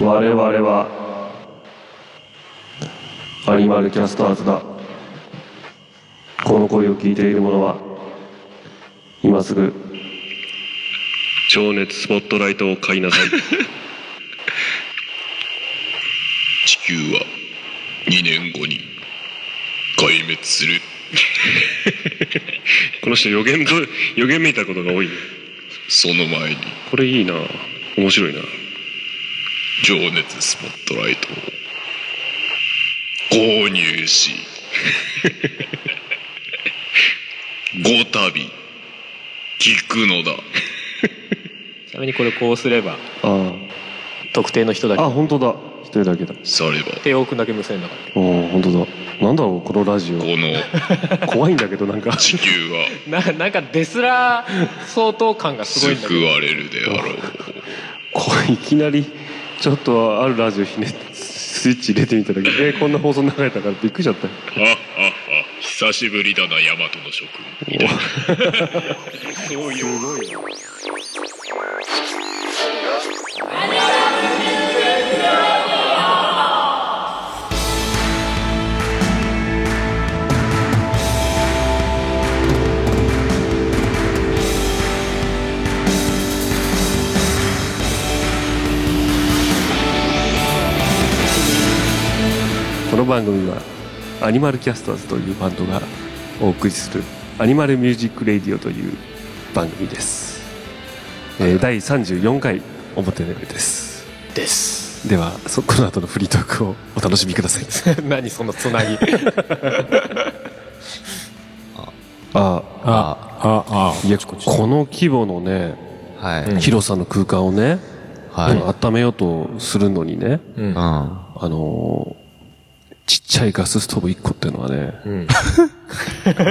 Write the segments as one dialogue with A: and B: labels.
A: 我々はアニマルキャスターズだこの声を聞いている者は今すぐ情熱スポットライトを買いなさい
B: 地球は2年後に壊滅する
A: この人予言ど予言めいたことが多いね
B: その前に
A: これいいな面白いな
B: 情熱スポットライトを購入しごたび聞くのだ
C: ちなみにこれこうすれば
A: あ
C: 特定の人だ
A: あ
C: け
A: あ本当だ一人だけだ
B: さればこ
C: 帝王君だけ無線だから
A: おお本当だなんだろうこのラジオ
B: の
A: 怖いんだけどなんか
B: 地球は
C: ななんかデスラー相当感がすごいんだけ
B: 救
C: ど
B: われるであろう
A: こういきなりちょっとあるラジオひねってスイッチ入れてみただけでこんな放送流れたからびっくりしちゃったよ
B: はっはっは久しぶりだな大和の諸君みたいな
A: この番組はアニマルキャスターズというバンドがお送りするアニマルミュージックレディオという番組です、えー、第34回表の上です
C: です
A: ではそこの後のフリートークをお楽しみください
C: 何そのつなぎ
A: ああ
D: ああ
A: いやこの規模のね
E: はい。
A: 広さの空間をね、
E: はい。うん。
A: 温めようとするのにね、
E: あ
A: あのーちっちゃいガスストーブ1個っていうのはね、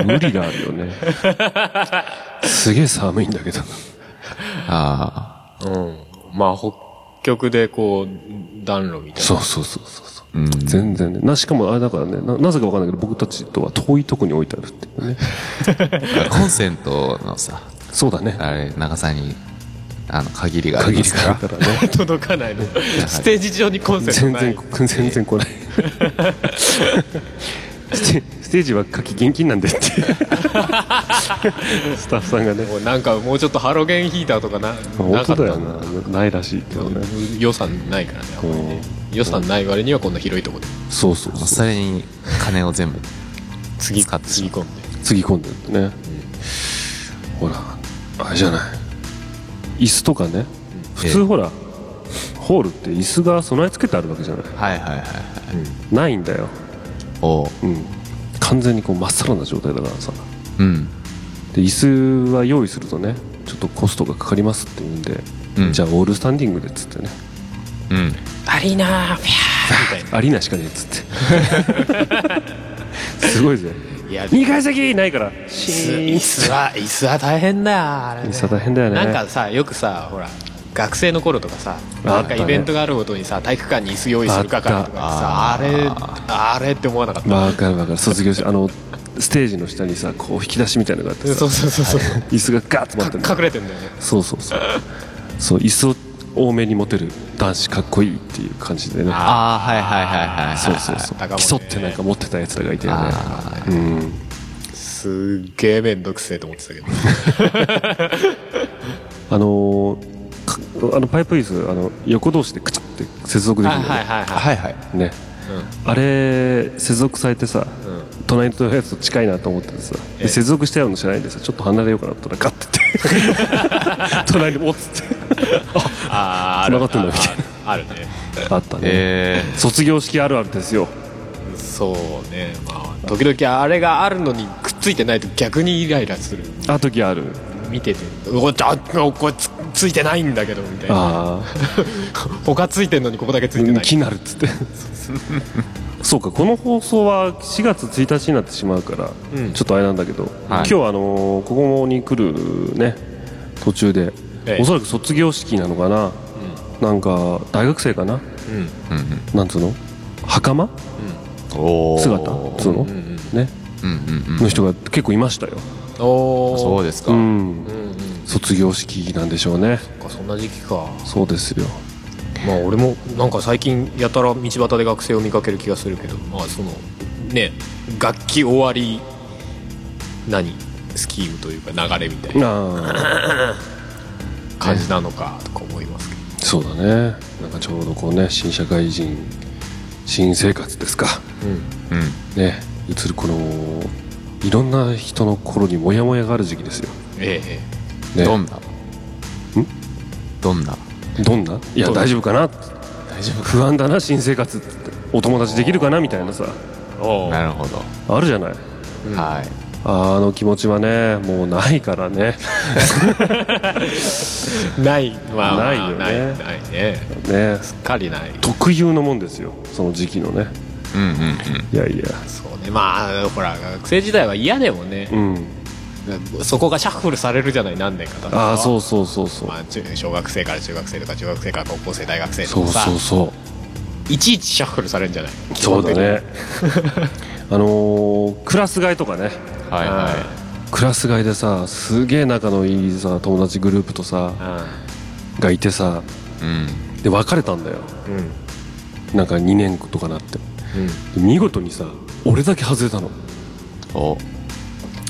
A: 無理があるよ ね。すげえ寒いんだけど。
E: あ
C: うんまあ北極でこう暖炉みたい
A: そうそうそうそうそう。
E: ー。うん。
A: 全然ね。な、しかもあれだからね、ななぜかわかんないけど僕たちとは遠いとこに置いてあるっていうね。
E: コンセントのさ、
A: そうだね。
E: あれ、長さに、あの、限りがあり
A: 限
E: ま
A: り
E: す
A: が
E: か
A: あるからね。
C: な届かないのステージ上にコンセ
A: 全
C: ントな
A: 然
C: い、
A: 全然 来ない。ステステージは夏季厳禁なんでって スタッフさんがね
C: もうなんかもうちょっとハロゲンヒーターとかな
A: 本
C: なか
A: 当
C: った
A: だ
C: ん
A: よなないらしいけどね
C: 予算ないからねあんまりね予算ない割にはこんな広いとこで
A: そうそう
E: ら。
A: そう
E: それに、金を全部、
C: つぎ
E: 使ってし
C: つ
E: ま
C: ぎ
E: う
C: 込んで
A: つぎ込んでるんだね、ほらあれじゃない椅子とかね普
E: え
A: 通ほら、ホールって椅子が備え付けてあるわけじゃない
E: はいはいはいはい。
A: ないんだよ、
E: おう。
A: うん、完全にこう真っさらな状態だからさ
E: うん。
A: で椅子は用意するとねちょっとコストがかかりますって言うんで、
E: うん
A: じゃあオールスタンディングでっつってね
E: うん。
C: アリーナーフィャーみたいな
A: アリーナしかねえっつってすごいぜ
C: いや
A: 2階席ないからシーン
C: 椅子は椅子は大変だよあれね
A: 椅子は大変だよね
C: なんかさよくさほら学生の頃とかさ
A: あった
C: な
A: ね
C: んかイベントがあるごとにさ体育館に椅子用意する係とかさあれあれって思わなかった
A: わかるわかる卒業してあのステージの下にさこう引き出しみたいなのがあって
C: そ
A: さ
C: うそうそうそう
A: 椅子がガーッと待ってる
C: か隠れてんだよね
A: そうそうそうそう椅子を多めに持てる男子かっこいいっていう感じでね
E: ああ、はいはいはいはい。
A: そうそうそう
C: 高森ね
A: 競ってなんか持ってたやつらがいてね
E: あ
A: うん
C: すっげえめんどくせえと思ってたけど
A: あのーかあのパイプ椅子あの横同士でクチャって接続でき
C: は
A: る
C: い
A: んだ
C: はい
A: よ
C: はい
E: あ。
C: は
E: はいはい。
A: ねねあれ接続されてさ
C: ん
A: 隣のやつと近いなと思っててさで接続したようなのじゃないんでさちょっと離れようかなと思ったらガッて って隣におっつって
C: いあーあ
A: 繋がってんだみたい
C: あるね
A: なあったね、
E: え
A: 卒業式あるあるですよ
C: そうねまあ時々あれがあるのにくっついてないと逆にイライラする
A: あ時ある
C: 見ててうわあこれつついてないんだけどみたいな
A: ああ
C: 他ついてんのにここだけついてない
A: 気になるっつって そうかこの放送は4月1日になってしまうから、ちょっとあれなんだけど、今日あのーここに来るね途中で、
C: ええ
A: おそらく卒業式なのかな、なんか大学生かな、なんつうの袴
E: ー。 おお。
A: 姿つうの、ね
E: うんうん
A: の人が結構いましたよ、
E: うん。
C: お
E: そ
C: お
E: うですか。
A: うん卒業式なんでしょうね
C: そんな時期か
A: そうですよ
C: まあ俺もなんか最近やたら道端で学生を見かける気がするけどまあそのね楽器終わり何スキームというか流れみたいな
A: ああ
C: 感じなのかとか思いますけど、
A: そうだねなんかちょうどこうね新社会人新生活ですか
E: うん
A: ね移るこのいろんな人の頃にモヤモヤがある時期ですよ、
C: ええ
A: ね、
E: どんなどんな
A: どんないや
C: どんな
A: 大丈夫かな
E: 大丈夫
A: 不安だな新生活ってお友達できるかなみたいなさ
C: お
E: なるほど、
A: あるじゃない
E: はい
A: あの気持ちはねもうないから ね
C: ないまあまあ
A: ないよね
C: ないないね
A: ね
C: すっかりない
A: 特有のもんですよその時期のね
E: うんうん
A: いやいや
C: そうねまあほら学生時代は嫌でもね
A: う、ん
C: そこがシャッフルされるじゃない何年か経って
A: ああそうそうそうそう
C: まあ、中小学生から中学生とか中学生から高校生大学生と
A: そう
C: かさ
A: そうそう
C: いちいちシャッフルされるんじゃない
A: そうだね あのークラス替えとかね
E: うんはいはい
A: クラス替えでさすげえ仲のいいさ友達グループとさがいてさ
E: うん
A: で別れたんだよ
C: うんうん
A: なんか2年とかなってで見事にさ俺だけ外れたの
E: お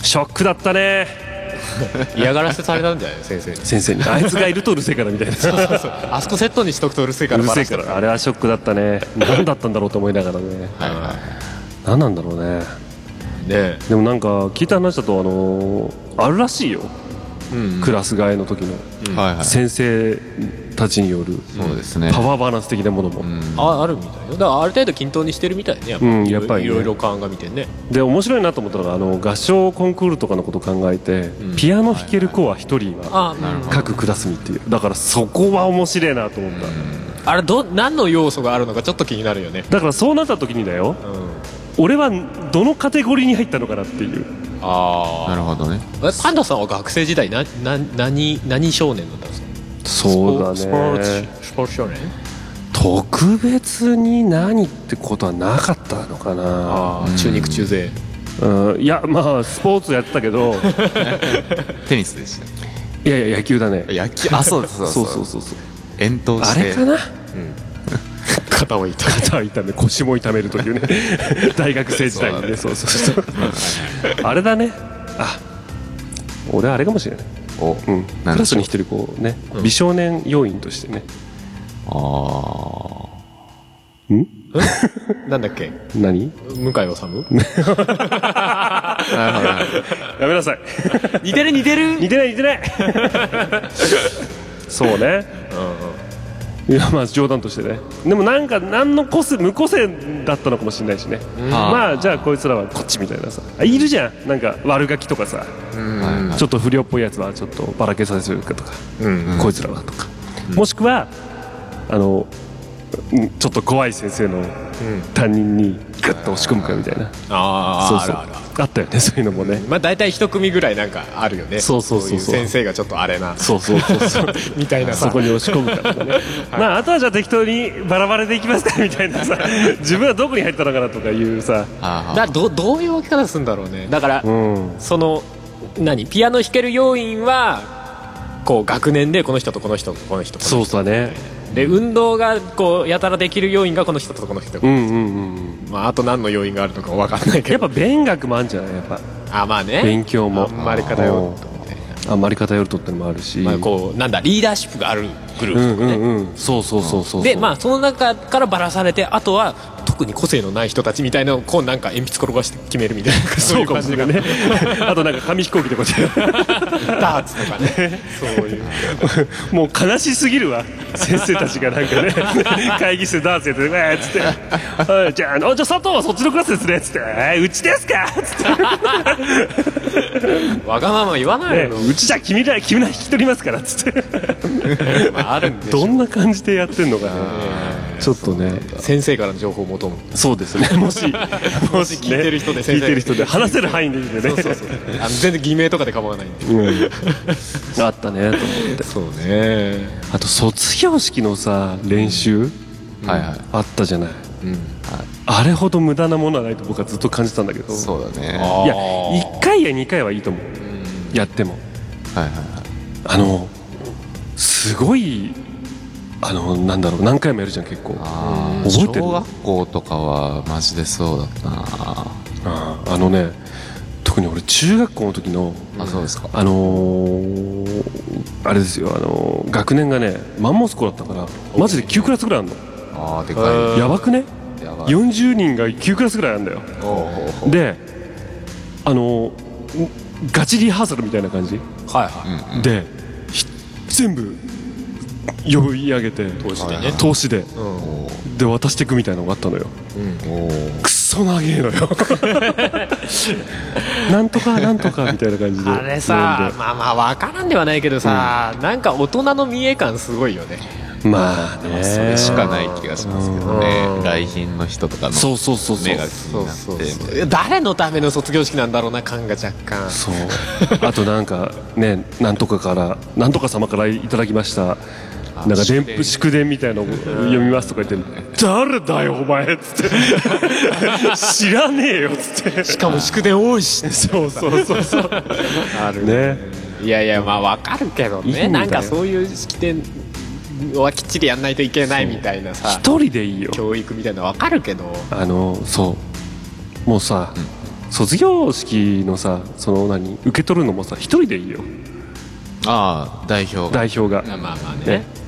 A: ショックだったね
C: 嫌がらせされたんじゃない先生に
A: 先生にあいつがいるとうるせえからみたい な
C: あそこセットにしとくとうるせえか
A: う
C: ら
A: る
C: バ
A: せ
C: ラ
A: え
C: して
A: か
C: る
A: らあれはショックだったね何だったんだろうと思いながらね
E: はいはい
A: 何なんだろうね
C: ね
A: でもなんか聞いた話だとあのーあるらしいよ、クラス替えの時の
E: はいはい
A: 先生たちによる
E: そうですね
A: パワーバランス的なものも、
C: ああるみたいよだからある程度均等にしてるみたいねやっ
A: うんやっぱりね
C: いろいろ鑑みてね
A: で面白いなと思ったのがあの合唱コンクールとかのことを考えて、ピアノ弾ける子は1人は
C: ああ
A: 各クラスにっていうだからそこは面白いなと思った、
C: あれど何の要素があるのかちょっと気になるよね
A: だからそうなった時にだよ
C: うん
A: 俺はどのカテゴリーに入ったのかなっていう
E: な
C: あ
E: るほどね
C: あパンダさんは学生時代なな何何少年だったんですかスポーツスポーツ少年
A: 特別に何ってことはなかったのかな
C: ああ中肉中背
A: うんいやまあスポーツやってたけ ど
E: テニスでした
A: いやいや野球だね
E: 野球あそうですそう
A: そ
E: そうう
A: そうそうそう
E: 遠投
A: あ
E: して
A: れかな
C: 肩を痛い
A: 肩を痛め腰も痛めるというね 大学生時代にねそうそうそうあれだねあ俺あれかもしれない、
E: お
A: うん、ク
E: なん
A: ラ
E: で
A: ス
E: しょ
A: に
E: う
A: 一人こうね美少年要員としてね
E: ああ
C: なんだっけ
A: 何
C: 向井治
A: やめなさい
C: 似てる似てる
A: 似てない似て ないそうねいやまあ冗談としてねでもなんか何の個性無個性だったのかもしれないしねまあじゃあこいつらはこっちみたいなさあいるじゃんなんか悪ガキとかさちょっと不良っぽいやつはちょっとばらけさせるかとか、こいつらはとか、もしくはあのうんちょっと怖い先生の担任にガッと押し込むかみたいな、
C: あ
A: そう
C: ああ
A: そう
C: る
A: あ
C: ある
A: ったよねそういうのもね、
C: まあ大体一組ぐらいなんかあるよね
A: そうそうそうそう
C: い先生がちょっとあれな
A: そうそうそうそう
C: みたいな
A: そ
C: さ
A: こに押し込むかとか ね、まああとはじゃあ適当にバラバラでいきますかみ たいなさ自分はどこに入ったのかなとかいうさ
E: あ
C: だどどういう分け方するんだろうねだから、
A: うん
C: その何ピアノ弾ける要員はこう学年でこの人とこの人とこの人とこ
A: そうだね
C: の人で運動がこうやたらできる要員がこの人とこの人と、
A: うんうんうん
C: まあ、あと何の要員があるのか分かんないけ
A: やっ
C: ど
A: ぱ勉学もあるんじゃないやっぱ
C: あまあね
A: 勉強も
C: あんまり偏ったみたいな
A: あんまり偏るとってのもあるし、
C: まあ、こうなんだリーダーシップがあるグルー
A: う
C: プ
A: んうんうんそうそうそうそうそう
C: でまあその中からばらされてあとは特に個性のない人たちみたいなのをこうなんか鉛筆転がして決めるみ たいな
A: そ
C: そういうう
A: かもし
C: 感じ
A: れな
C: が
A: いね あとなんか紙飛行機でこっち
C: ダーツとかねそういう
A: もう悲しすぎるわ 先生たちがなんかね 会議室でダーツやってて「えーっつってはい「じゃああのじゃあ佐藤はそっちのクラスですね」っつって「えーうちですか?」っつって
C: わがまま言わ
A: 「
C: ないの、
A: うちじゃ君ら君ら引き取りますから」っつって
C: まあ、あるんで
A: どんな感じでやってんのかなちょっとね
C: 先生からの情報を求む
A: そうですね も しもし
C: 聞いてる人で
A: 聞
C: 先
A: い
C: 生
A: てる人で話せる範囲でいいんでね
C: そうそうあの全然偽名とかで構わないんで
A: うんあったねと思って
C: そうね
A: あと卒業式のさ練習、
E: あはいはい
A: あったじゃない、あれほど無駄なものはないと僕はずっと感じたんだけど
E: そうだね
A: い
E: は
A: や1回や2回はいいと思う、やっても
E: いはいはい
A: あのすごいあのなんだろう何回もやるじゃん結構あ
E: あー
A: 覚えてる
E: 小学校とかはマジでそうだったな
A: あーあのね特に俺中学校の時の
E: あそうですか
A: あのーあれですよ、あのー学年がねマンモス校だったからマジで9クラスぐらいあるの
E: あーで
C: へ
E: か
C: ー
A: やばくね
E: いやばい
A: 40人が9クラスぐらいあるんだよであのーんガチリハーサルみたいな感じ
C: はいは
A: でひ全部呼び上げて
C: い。投資で
E: はい
C: ね。
A: 投資で
C: うん。
A: で渡していくみたいなのがあったのよ
E: おー
A: クソ長えのよ なんとかなんとかみたいな感じで
C: あれさ
A: 呼ん、
C: まあまあ分からんではないけどさ、なんか大人の見え感すごいよね。
A: でまあね
E: それしかない気がしますけど
C: うん
E: ね来賓の人とかの
A: そうそうそうそう
E: 目が気になってみたいな
C: 誰のための卒業式なんだろうな感が若干。
A: そうあとなんかねなんとかからなんとか様からいただきましたなんか電布祝電みたいなのを読みますとか言って「誰だよお前」っつって 「知らねえよ」っつって
C: しかも祝電多い し。
A: そうそうそうそう
C: ある
A: ね
C: いやいやまあわかるけど
A: いいんだ
C: ね
A: よ
C: なんかそういう式典はきっちりやんないといけないみたいなさ
A: 一人でいいよ
C: 教育みたいなのわかるけど
A: あのそうもうさ、卒業式のさその何受け取るのもさ一人でいいよ
E: ああ代表が
A: 代表が、
C: まあまあね
A: ね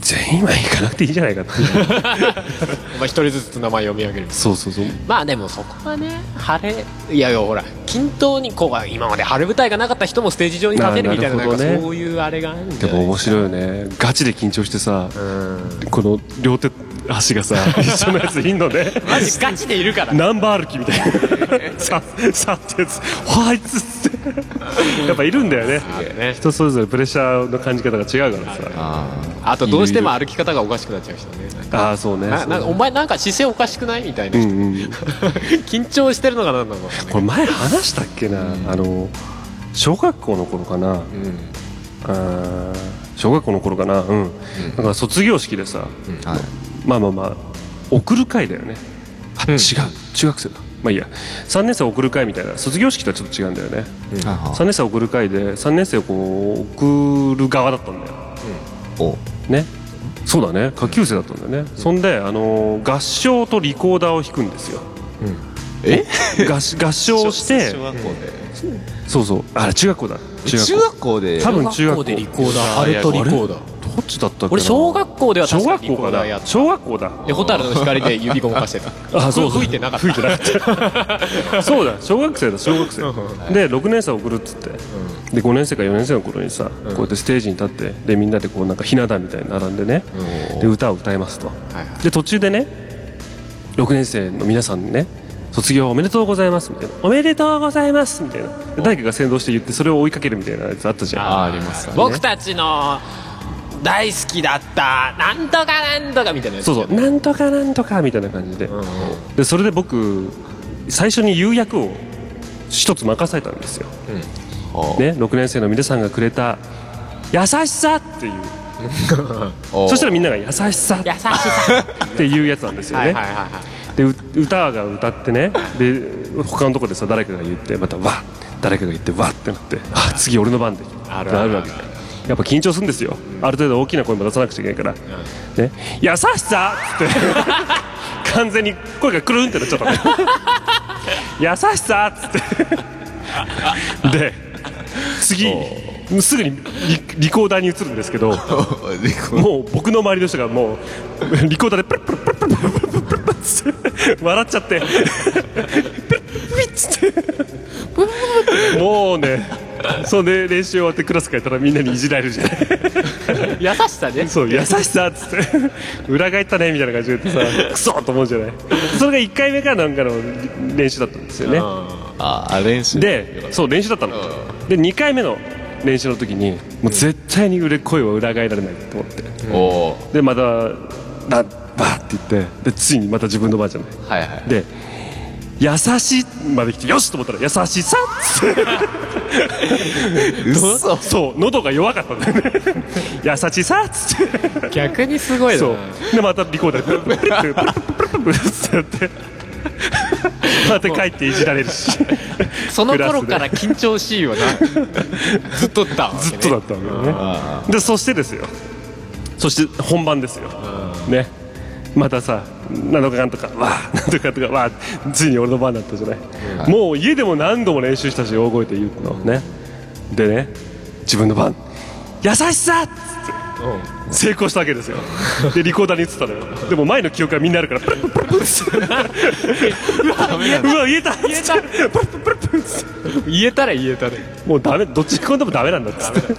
A: 全員は行かなくていいじゃないかって
C: まあ一人ずつ名前読み上げる
A: そうそうそう
C: まあでもそこはね晴れいやいやほら均等にこう今まで晴れ舞台がなかった人もステージ上に立てるみたい
A: な
C: なな
A: るほ
C: んか
A: どね
C: そういうあれがあるんじ
A: で
C: ゃな
A: も
C: い
A: 面白いよねガチで緊張してさ、この両手足が さ一緒のやついんのね
C: マジガチでいるから
A: ナンバー歩きみたい なささってやつわあいつっつってやっぱいるんだよね
C: ね
A: 人それぞれプレッシャーの感じ方が違うからさ
E: あー
C: あとどうしても歩き方がおかしくなっちゃう人ねなんか
A: ああそうね
C: ななんか
A: そう
C: お
A: ね
C: 前なんか姿勢おかしくないみたいな
A: う
C: 人
A: んうん
C: 緊張してるのか何なのか
A: これ前話したっけな、あの小学校の頃かな、あー小学校の頃かなうん、だから卒業式でさ、
E: はい
A: まあまあまあ送る会だよねあ、違う中学生だまあいいや3年生送る会みたいな卒業式とはちょっと違うんだよね、
E: はいはい
A: 3年生送る会で3年生をこう送る側だったんだよ
E: お
A: ねそうだね下級生だったんだよね、そんで、あのー合唱とリコーダーを弾くんですよ
E: え
A: 合合唱をして
E: 小学校で
A: そうそうあれ中学校だ中学校
E: 中学校で
A: 多分中学校
C: でリコーダーハルトリコーダー
A: どっちだったっけな
C: 俺小学校では
A: 小
C: 確か
A: 学
C: にリ
A: 校
C: コー
A: か
C: ダーやっ
A: な
C: た
A: 小学校だ
C: で蛍の光で指ごまか してた
A: あそうそう
C: 吹いてなかった吹いてなかった
A: そうだ小学生だ小学生で6年生送るっつってで5年生か4年生の頃にさこうやってステージに立ってでみんなでこうなんかひな壇みたいに並んでねで歌を歌いますと
C: はいは
A: で途中でね6年生の皆さんにね卒業おめでとうございますみたいなおめでとうございますみたいなで誰かが先導して言ってそれを追いかけるみたいなやつあったじゃん
E: あああります ね
C: 僕たちの大好きだったなんとかなんとかみたいなやつ
A: そうそうなんとかなんとかみたいな感じで、でそれで僕最初に言う役を一つ任されたんですよ、
E: お
A: ね、6年生の皆さんがくれた優しさっていう
E: お
A: そしたらみんなが優しさ
C: 優しさ
A: っていうやつなんですよ
C: は
A: ね、
C: いはいはいはい
A: でう歌が歌ってねで他のとこでさ誰かが言ってまたわっ誰かが言ってわっってなってあ次俺の番で
C: あ
A: って
C: るあ
A: なる
C: るあ
A: わ
C: る
A: けやっぱ緊張するんですよ、ある程度大きな声も出さなくちゃいけないから、ね、優しさっつって 完全に声がくるんってなっちゃったね 優しさっつって で次すぐにリリコーダーに移るんですけどもう僕の周りの人がもうリコーダーでプルプルプルプルプルプルプルプルって笑っちゃってピッつってもうねそんで練習終わってクラス帰ったらみんなにいじられるじゃん
C: 優しさね
A: そう優しさっつって裏返ったねみたいな感じで言ってさクソと思うじゃないそれが1回目かなんかの練習だったんですよね
E: ああ練習
A: でそう練習だったので2回目の練習の時にもう絶対に俺声は裏返られないと思って
E: おー
A: でまたなバーって言ってでついにまた自分の番じゃない
E: はいはい
A: で「優しい」まで来てよしと思ったら「優しさ」っつって
E: 嘘
A: そう喉が弱かったんだよね「優しさ」っつって
C: 逆にすごいな
A: そうでまたリコーダーでプルプルプルプルプルプルプルってやってまた帰っていじられるし
C: その頃から緊張し いよなずっとだったわけね
A: ずっとだったんだよねでそしてですよそして本番ですよ、ねまたさなんとかかんとかわあなんとかかんとかわあついに俺の番だったじゃない、もう家でも何度も練習したし大声で言うのねでね自分の番優しさっつって成功したわけですよでリコーダーに移ったのよでも前の記憶がみんなあるからプルプルプルプルっつってうわ言えた言えたプルプルプルプルっつって
C: 言えたら言えたで
A: もうダメどっちに転んでもダメなんだっつって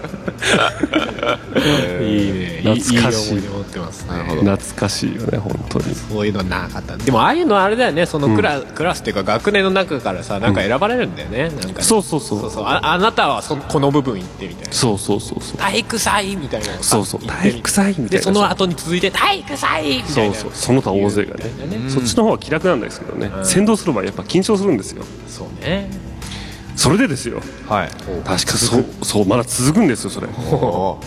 C: いいね
A: 懐かしい
C: い思い出持ってます
E: なる
C: ね
E: ほど。
A: 懐かしいよね本当に
C: そういうのはなかったでもああいうのはあれだよねそのクラ,、クラスっていうか学年の中からさなんか選ばれるんだよね、なんか
A: そうそうそう
C: そうそうああなたはそこの部分行ってみたいな
A: そうそうそうそう
C: 体育祭みたいなのが
A: そうそう
C: 行ってみ
A: 体育祭みたいな
C: でその後に続いて体育祭みたい
A: そう
C: な
A: そうその他大勢がねそっちの方は気楽なんですけどね先導する場合やっぱ緊張するんですよ
C: そうね
A: それでですよ
E: はい。
A: 確かそうそうまだ続くんですよそれ
E: おお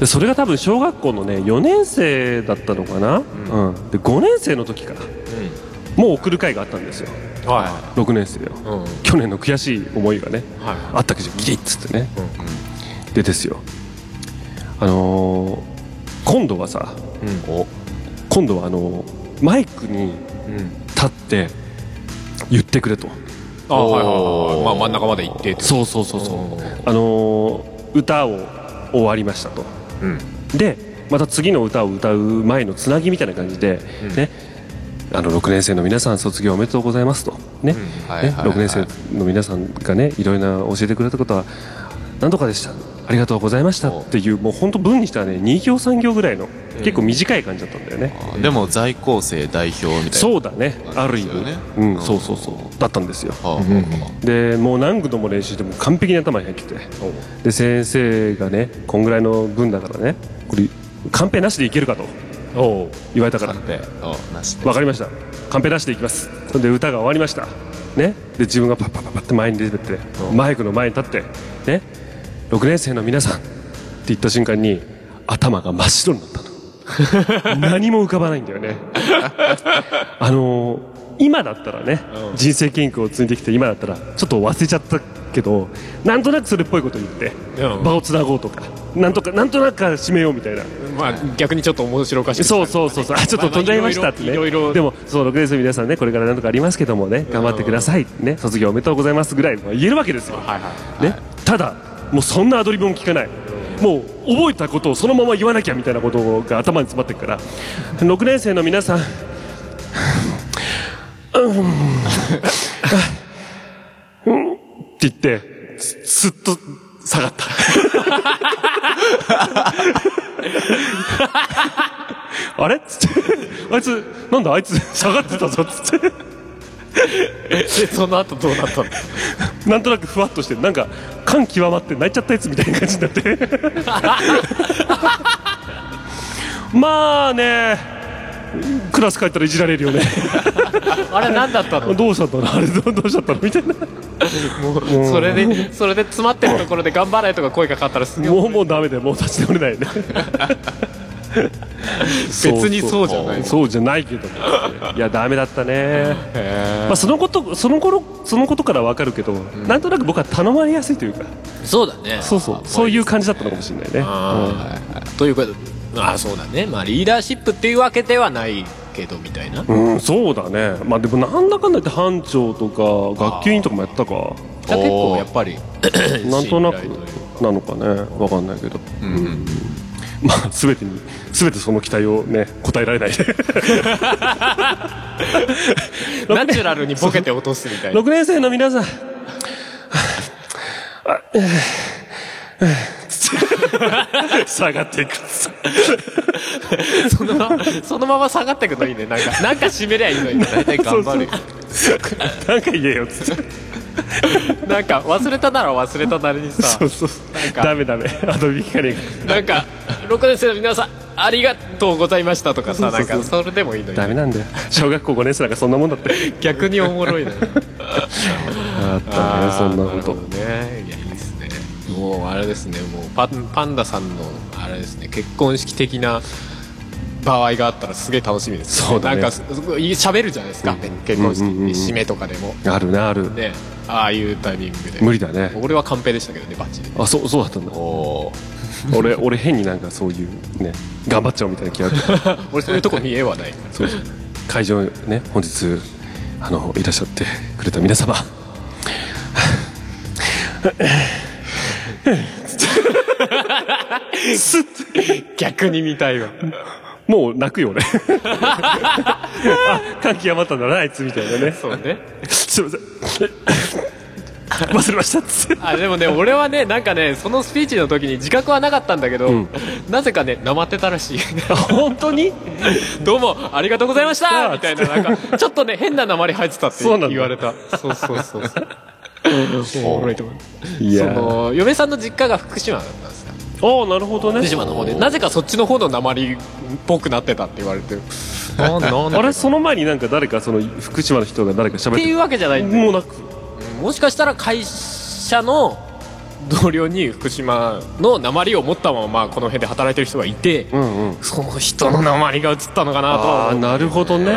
A: でそれが多分小学校のね4年生だったのかな、うんで5年生の時から、もう送る会があったんですよ
C: は
A: 6年生よ、
C: い、うん、
A: 去年の悔しい思いがね、
C: はい
A: あったけどギリッつってね、でですよあのー今度はさ
E: お
A: 今度はあのーマイクに立って言ってくれと、
C: あ
E: おー
C: はいはいはいまあ真ん中まで行ってって
A: そうそうそうそうあのー歌を終わりましたと、でまた次の歌を歌う前のつなぎみたいな感じで、ねあの6年生の皆さん卒業おめでとうございますとね
E: はい
A: ね
E: はいはい
A: 6年生の皆さんがねいろいろな教えてくれたことは何とかでしたありがとうございましたっていうもう本当文にしたらね2行3行ぐらいの結構短い感じだったんだよね、
E: あでも在校生代表みたいな。
A: そうだねあ
E: あ
A: る
E: り
A: 意
E: ますよ
A: 味、
E: ね
A: うん、そうそうそうだったんですよ
E: はあは
A: でもう何度も練習してもう完璧に頭に入っててで先生がねこんぐらいの分だからねこれカンペなしでいけるかと
C: おう
A: 言われたか
E: あ
A: ら
E: はあ。で、おなしで。
A: わかりましたカンペなしでいきますそれで歌が終わりましたねで自分がパッパッパッパッって前に出てってマイクの前に立ってね6年生の皆さんって言った瞬間に頭が真っ白にな ったの何も浮かばないんだよねあのー今だったらね、人生研究を積んできて今だったらちょっと忘れちゃったけどなんとなくそれっぽいこと言って、
C: うん
A: 場をつなごうとかなんとかなんとなく締めようみたいな
C: まあ逆にちょっと面白おかしい
A: そうそうそうそう、あちょっと飛んじゃいましたってね。
C: いろいろ
A: でも、そう、6年生の皆さんね、これから何とかありますけどもね、頑張ってください。ね、卒業おめでとうございますぐらいは言えるわけですよ。
C: はいはい
A: ね、ただ、もうそんなアドリブも聞かない。もう覚えたことをそのまま言わなきゃみたいなことが頭に詰まってるから、6年生の皆さん、って言って、すすっと下がった。あれっつって、あいつ、なんだあいつ下がってたぞっつって。
C: で その後どうなったの
A: なんとなくふわっとしてなんか感極まって泣いちゃったやつみたいな感じになって まあねクラス帰ったらいじられるよね
C: あれ何だった の
A: どうしちゃったのあれどうどうしちゃったのみたいな
C: それでそれで詰まってるところで頑張れとか声かかったらすげえ
A: もうもうダメだよもう立ち直れないよね別
C: 別にそうじゃない
A: そうじゃないけどもいやダメだったね、まあ、そのことその頃そのことから分かるけど、なんとなく僕は頼まれやすいというか
C: そうだね
A: そうそうそういう感じだったのかもしれないね
C: ということああそうだねまあリーダーシップっていうわけではないけどみたいな
A: うん、そうだねまあでもなんだかんだ言って班長とか学級委員とかもやったか
C: じゃあ結構やっ ぱり
A: なんとなく
C: 信頼いう
A: なのかねわかんないけど、うんまあ全てに全てその期待をね答えられないで
C: ナチュラルにボケて落とすみたいな
A: 6年生の皆さんあえーえー 下がっていく
C: そのまま そのまま下がってくのいいねなんかなんか締めりゃいいの に大体
E: 頑張れ。
A: なんか言えよっつって
C: なんか忘れたなら忘れたなりにさ
A: そうそう
C: なんか
A: ダメダメアドビ聞かねえ
C: なんか6年生の皆さんありがとうございましたとかさなんかそれでもいいの
A: ダメ
C: に
A: なんだよ小学校5年生なんかそんなもんだって
C: 逆におもろいな
A: あったねそんなこと
C: るほどねいやいいですねもうあれですねもうパンパンダさんのあれですね結婚式的な場合があったらすげえ楽しみです、
A: そうだね
C: なんかす喋るじゃないですか、結婚式
A: うんうんうんうん
C: 締めとかでも
A: あるなある
C: ねああいうタイミングで
A: 無理だね
C: 俺は完璧でしたけどねバッチリ
A: あそうそうだったんだ
C: お
A: 俺俺変になんかそういうね頑張っちゃうみたいな気がある
C: 俺そういうとこ見えはない
A: そうそう会場ね本日あのいらっしゃってくれた皆様
C: 逆に見たいわ
A: もう泣くよ俺 あ感極まったんだなあいつみたいなね
C: そうね
A: すいません忘れましたっつって
C: あでもね俺はねなんかねそのスピーチの時に自覚はなかったんだけど、
A: ん
C: なぜかねなまってたらしい 本当にどうもありがとうございまし
A: あ
C: た
A: あ
C: みたいななんかちょっとね変ななまり入ってたって
A: そうなんだ
C: 言われたそうそう そうそうおもろいと思う
A: い
C: そ
A: やあ
C: の嫁さんの実家が福島だったんですよ
A: あーなるほどね
C: 福島の方でなぜかそっちの方のなまりっぽくなってたって言われて あなん
A: あれその前になんか誰かその福島の人が誰か喋
C: っ
A: って
C: いうわけじゃないん
A: て
C: で
A: もうなく
C: もしかしたら会社の同僚に福島の鉛を持ったままこの辺で働いてる人がいて、
A: うんうん
C: その人の鉛が映ったのかなとは
A: ああ
C: 思う
A: なるほどね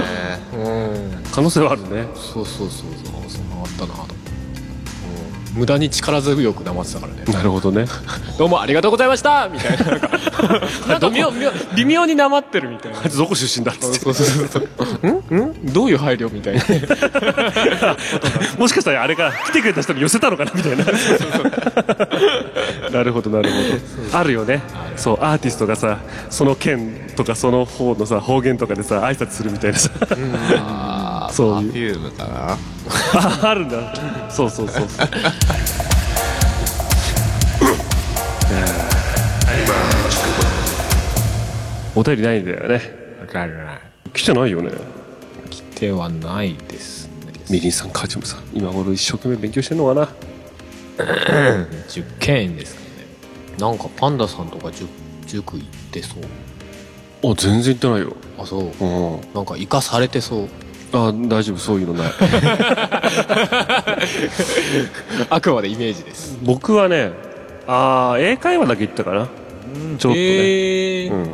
C: うん
A: 可能性はあるね
C: そうそうそうそうそんなのあったなと、うん、無駄に力強く鉛ってたからね
A: なるほどね
C: どうもありがとうございましたみたいななんかなんか妙妙微妙に鉛ってるみたいな
A: あいつどこ出身だっつって
C: そうそうそうそう。んんどういう配慮みたいな。
A: もしかしたらあれが来てくれた人に寄せたのかなみたいな なるほどなるほどあるよねそうアーティストがさその県とかその方のさ方言とかでさ挨拶するみたいなさ
E: あー
A: そういう
E: Perfume かな
A: ああるんだそうそうそう そうお便りないんだよね
C: わからない。
A: 来てないよね
C: ではないですね。
A: みりんさんカジムさん今頃一生懸命勉強してんのかな
C: 受験ですかねなんかパンダさんとか塾塾行ってそう
A: あ全然行ってないよ
C: あそう
A: うん
C: なんか生かされてそう
A: あ大丈夫そういうのない
C: あくまでイメージです
A: 僕はねああ英会話だけ行ったかなちょろっとね、
C: えー
A: うん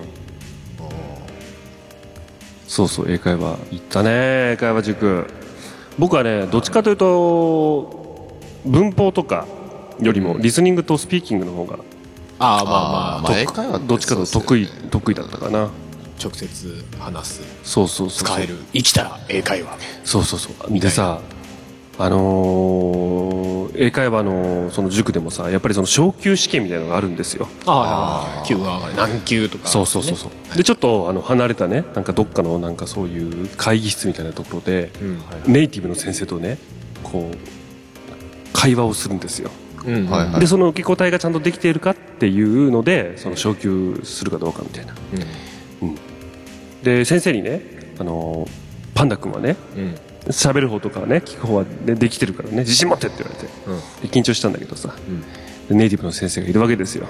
A: そうそう英会話行ったね英会話塾僕はねどっちかというと文法とかよりもリスニングとスピーキングの方が
C: ああ
E: あー
C: まあま
E: ま
C: あ
E: あ英会話て
A: どっちかというと
E: そうっす
A: 得
E: よ
A: 意、
E: ね
A: 得意だったかな
C: 直接話す
A: そうそうそう
C: 使える生きたら英会話
A: そうそうそうでさあのー英会話のその塾でもさやっぱりその昇級試験みたいなのがあるんですよ
C: ああ級が上がる何級とか
A: そうそうそうそう、でちょっとあの離れたねなんかどっかのなんかそういう会議室みたいなところで、
C: うん
A: ネイティブの先生とねこう会話をするんですよ、
C: うん
E: はいはい
A: でその受け答えがちゃんとできているかっていうのでその昇級するかどうかみたいなで先生にねあのーパンダ君はね
C: うん
A: 喋る方とかはね聞く方は、ね、できてるからね自信持ってって言われて、で緊張したんだけどさ、でネイティブの先生がいるわけですよ、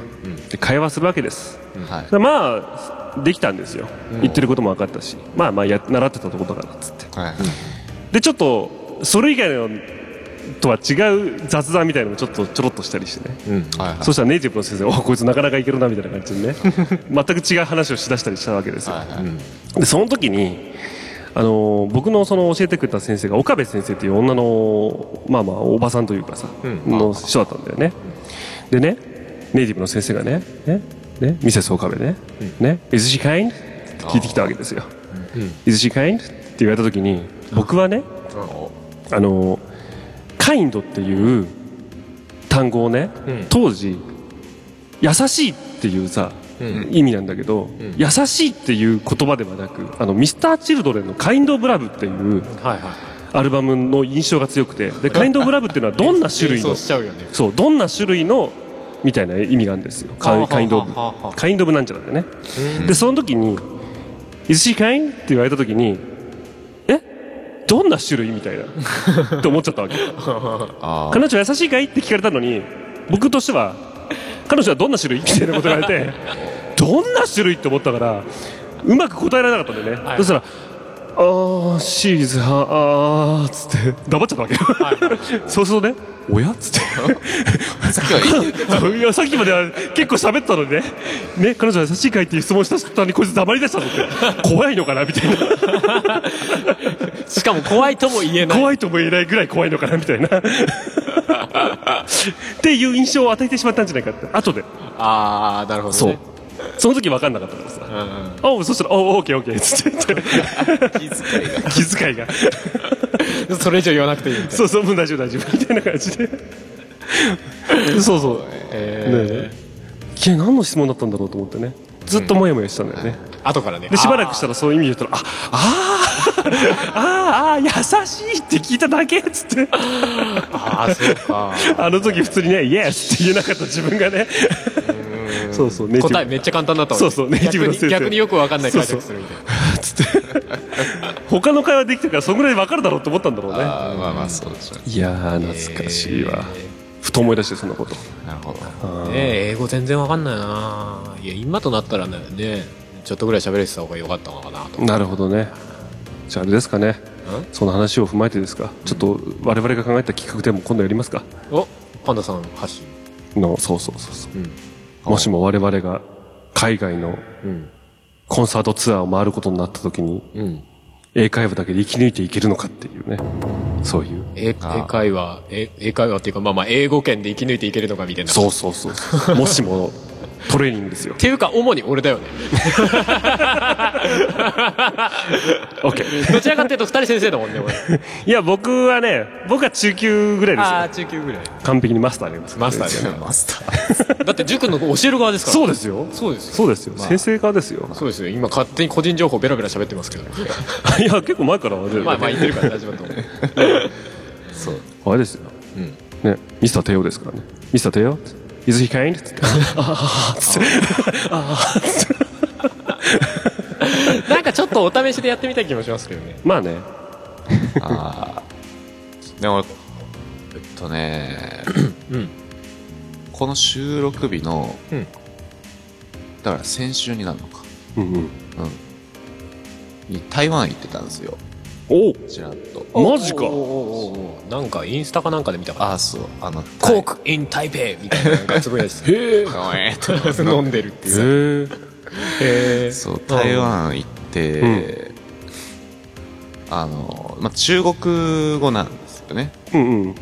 A: で会話するわけです、
E: はい
A: でまあできたんですよ、言ってることも分かったしまあまあや習ってたとこだからっつって
E: はい
A: でちょっとそれ以外のとは違う雑談みたいなのもちょっとちょろっとしたりしてね、
E: はいはい
A: そしたらネイティブの先生おこいつなかなかいけるなみたいな感じ でね全く違う話をしだしたりしたわけですよ、
E: はいはい
A: でその時にあのー僕のその教えてくれた先生が岡部先生っていう女のまあまあおばさんというかさ、の人だったんだよね、でねネイティブの先生がねねねミセス岡部ね、ね Is she kind? って聞いてきたわけですよ、Is she kind? って言われた時に僕はねあのーカインドっていう単語をね、当時優しいっていうさ、意味なんだけど、優しいっていう言葉ではなくあのミスター・チルドレンの「カインド・オブ・ラブ」っていう
C: はいはい
A: アルバムの印象が強くてで「カインド・オブ・ラブ」っていうのはどんな種類
C: そ
A: の
C: うしちゃうよね
A: そうどんな種類のみたいな意味があるんですよ
C: は
A: カ
C: あ
A: イカインド・オブ
C: はあはあ
A: カインド・オブ・なんちゃらだよねでその時に「Is she kind?」って言われた時に「えどんな種類?」みたい なって思っちゃったわけ
E: あ
A: 彼女優しいかいって聞かれたのに僕としては彼女はどんな種類みたいなこと言われ てどんな種類って思ったからうまく答えられなかったんだよね、そしたら「 あーシーズはあー」っつって黙っちゃったわけよ、そうするとねおやっつって
E: さっきはいいって言ってた
A: いやさっきまでは結構喋ったのにねね彼女は優しいかいっていう質問した途端にこいつ黙り出したのって怖いのかなみたいな
C: しかも怖いとも言えない
A: 怖いとも言えないぐらい怖いのかなみたいなっていう印象を与えてしまったんじゃないかって後で
C: ああなるほど、ね、
A: そうその時分かんなかったからさ
C: うんうん
A: 「おうそしたらおうオーケーオーケー」っつって
E: 気遣いが
A: 気遣いが
C: それ以上言わなくていいみたいな
A: そうそうもう大丈夫大丈夫みたいな感じでそうそう
C: え
A: いや何の質問だったんだろうと思ってねずっとモヤモヤしたんだよね、
C: ー後からね
A: でしばらくしたらその意味で言ったら「ああーあーあー優しい」って聞いただけっつって
C: あーあーそうか
A: あの時普通にね「イエス」って言えなかった自分がねそうそうネイティブ
C: 答えめっちゃ簡単だったのに
A: そうそうネイティブの先生
C: 逆に逆によくわかんない解釈するみたいな
A: つって他の会話できてるからそんぐらい分かるだろうと思ったんだろうね
E: あーまあまあそうでしょうね
A: いやー懐かしいわ、ふと思い出してそんなこと
E: なるほど
C: ね英語全然わかんないないや今となったらねねちょっとぐらい喋れてた方がよかったのかなと
A: なるほどねじゃああれですかねその話を踏まえてですかちょっと我々が考えた企画でも今度やりますか
C: おパンダさん発信
A: のそうそうそうそう、
C: うん
A: もしも我々が海外の
C: うん
A: コンサートツアーを回ることになった時に
C: うん
A: 英会話だけで生き抜いていけるのかっていうねそういう
C: 英英会話英英会話っていうかまあまあ英語圏で生き抜いていけるのかみたいな
A: そう
C: っ
A: そうそうそう もしもトレーニングですよ
C: ていうか主に俺だよね
A: OK
C: どちらかっていうと二人先生だもんね俺
A: いや僕はね僕は中級ぐらいですよ
C: ああ中級ぐらい
A: 完璧にマスターあります
C: マスターだよね
E: マスター
C: だって塾の教える側ですから
A: そうですよ
C: そうですよ
A: そうですよ、先生側ですよ
C: そうですよ今勝手に個人情報ベラベラ喋って ますけど
A: いや結構前からあれだよね
C: まあまあ言ってるから大丈夫だと思う
E: そう
A: あれですよ、ねミスター帝王ですからねミスター帝王 Is he kind? つって
C: なんかちょっとお試しでやってみたい気もしますけどね
A: まあね
E: でもえっとね、
C: うん
E: この収録日の、
C: うん
E: だから先週になるのか
A: うんうん
E: に台湾行ってたんですよ
A: お
E: ちらっと
A: おマジか
C: おおおおなんかインスタかなんかで見たから
E: ああそうあの
C: コークイン台北みたいななんかつぶやいて へ
E: 台湾えっと
C: え 飲んでるってい
A: へえ
C: うへえ
E: そう台湾行って、あの、まあ、中国語なんですよね
A: うんうん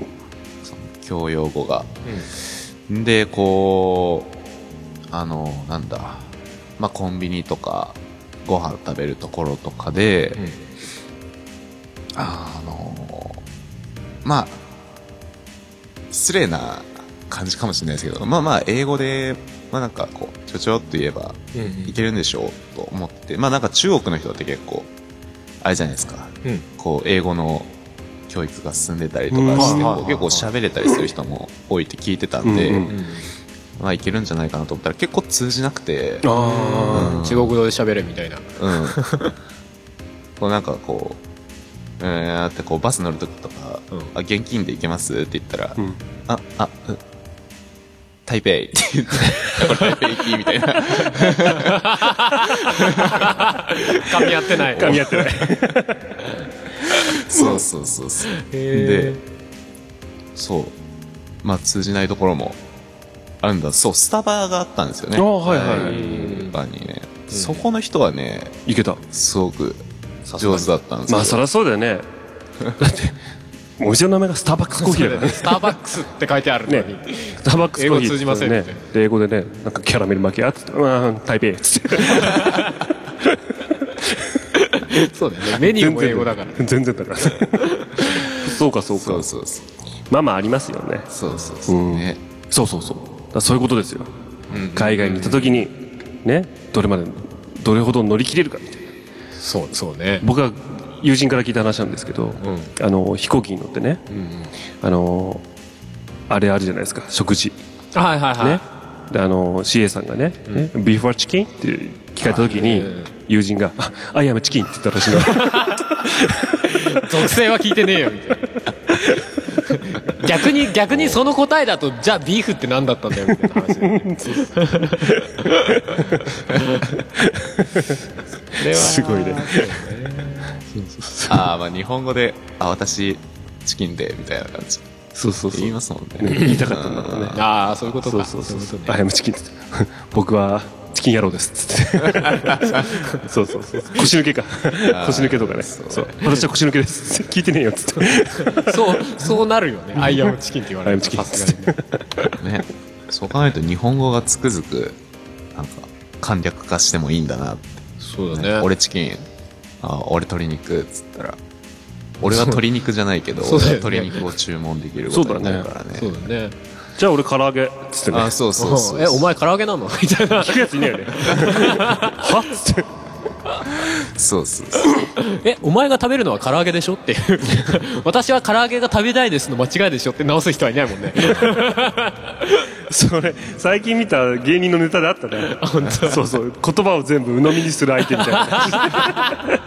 E: その教養語が、でこうあのなんだまあコンビニとかご飯食べるところとかで、
C: ん
E: あのまあ失礼な感じかもしれないですけどまあまあ英語でまあなんかこうちょちょっと言えば
C: うんう
E: い
C: ん
E: けるんでしょうと思ってまあなんか中国の人って結構あれじゃないですか
C: うん
E: こう英語の教育が進んでたりとかして、
C: うん
E: こう結構喋れたりする人も多いって聞いてたんで、
A: うん
C: う
A: うん
E: まあいけるんじゃないかなと思ったら結構通じなくて、
A: あ
E: うん
C: 中国語で喋れみたいな
E: うん。 こうなんかこう、うーんってこうバス乗るときとか、
C: うん
E: あ、現金で行けますって言ったら、
A: ーうん
E: あ、あ、うん台北って言って、これ台北行きみた いな。
C: 噛み合ってない
A: 噛み合ってない
E: そうそうそうそう。
C: へ
E: で、そう。まあ通じないところもあるんだ。そう、スタバがあったんですよね。
A: あはいはい
E: 台湾にね。そこの人はね、
A: いけた
E: すごく上手だったんですよ。
A: まあそりゃそうだよ ねだってお店の名前がスターバックスコーヒーだ からね
C: スターバックスって書いてあるのに、
A: ねスターバックスコーヒー
C: 英語通じません
A: ね
C: みたい
A: で英語でねなんかキャラメル巻きあっつって「うん台北」っつって
C: そうだよねメニューも英語だから
A: 全然だから そうかそうか
E: そうそうそう。
A: まあまあありますよね
E: そうそうそうね。
A: そうそうそうだからそういうことですよ、海外に行った時にねどれまでどれほど乗り切れるかみたいな
C: そうそうね
A: 僕は友人から聞いた話なんですけど、あの飛行機に乗ってね、あのあれあるじゃないですか食事
C: はいはいはい、
A: ね、であの CA さんがね「ねビーフはチキン?」って聞かれた時に友人が「あアイアムチキン」って言ったらしいの
C: 属性は聞いてねえよみたいな逆に逆にその答えだとじゃあビーフって何だったんだよみたいな話だよねそれは
A: す ごいね
E: ああ、まあ日本語で、あ、私、チキンで、みたいな感じ。
A: そうそうそう
E: 言いますもんね
A: ね言いたかったんだろうね
C: ああそういうこと
A: そう
C: か
A: そうそう
C: そういうこと
A: あ
C: ね
A: やむチキンっつって 僕はチキン野郎ですっつ ってそうそうそう腰抜けか腰抜けとかねそう私は腰抜けですっつって聞いてねえよっつって
C: そうそうなるよねアイアムチキンって言
A: ア
C: わ
A: イ
C: れ
A: ア
C: る
A: ムチキン
C: さすがにね
E: ね、そう考えると日本語がつくづくなんか簡略化してもいいんだなって、
C: そうだ
E: ね
C: ね
E: 俺チキンあ俺鶏肉っつったら俺は鶏肉じゃないけど、
C: そう
E: 俺は
C: そうだ
E: 鶏
C: よね
E: 肉を注文できることになるからね
C: そうだね
A: じゃあ俺唐揚げっつってね
E: あそうそうそう
C: うんえお前唐揚げなのみたいな
A: 聞くやついないよねはっつって
E: そうそうそう
C: えお前が食べるのは唐揚げでしょって いう私は唐揚げが食べたいですの間違いでしょって直す人はいない もんね
A: それ最近見た芸人のネタであったねそうそう言葉を全部鵜呑みにする相手みたいな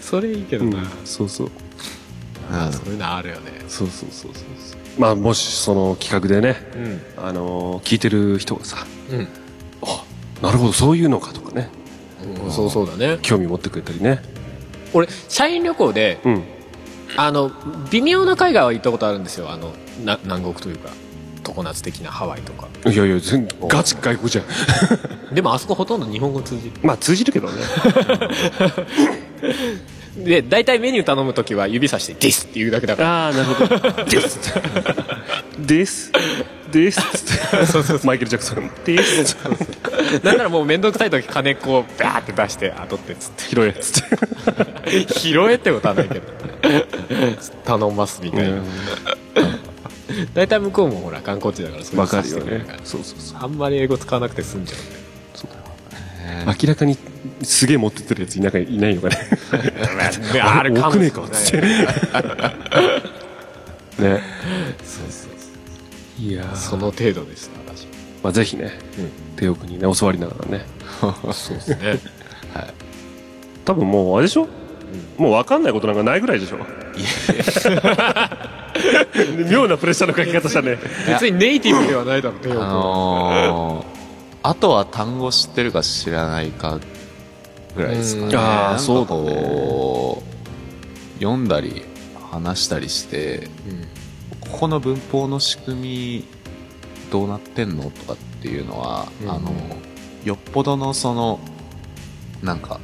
C: それいいけどな、
A: そうそう
E: うん
C: そういうのあるよね
A: そうそうそうそうそうまあもしその企画でね、あのー聞いてる人がさ、
C: うん
A: あなるほどそういうのかとかね
C: そうそうだね
A: 興味持ってくれたりね
C: 俺社員旅行で
A: うん
C: あの微妙な海外は行ったことあるんですよあのな南国というか常夏的なハワイとか
A: いやいや全ガチ外国じゃん
C: でもあそこほとんど日本語通じる
A: まあ通じるけどね
C: で大体メニュー頼む時は指さして「です」って言うだけだから
A: ああなるほど ですですです ってマイケル・ジャクソン です
C: なんならもう面倒くさい時金こうバーって出してあ取ってっつっ
A: 拾えっつって
C: て拾えってことはないけど頼ますみたいな、大体向こうもほら観光地だからそういう
A: わ
C: の
A: か
C: さ
A: る
C: せ
A: よ
C: てくれ
A: ね
C: るから
A: そうそうそう
C: あんまり英語使わなくて済んじゃ
A: 明らかにすげえ持ってってるやついないいないのか ね
C: うであれ
A: 多
C: か
A: く
C: も
A: ね
C: し
A: え
C: れ
A: か
C: な
A: っ
C: い
A: つって ね
C: そうそうそう
A: いや
C: その程度でした私
A: まあぜひね帝王君にね教わりながらね
C: そうですね
A: 多分もうあれでしょもう分かんないことなんかないぐらいでしょ 妙なプレッシャーのかけ方したね
C: 別にネイティブではないだろう
E: あのー、あとは単語知ってるか知らないかぐらいですかね。
A: うんあー
E: なんか
A: そうだね
E: こう読んだり話したりして、ここの文法の仕組みどうなってんのとかっていうのは、
C: うん
E: あの、よっぽどのその、なんか、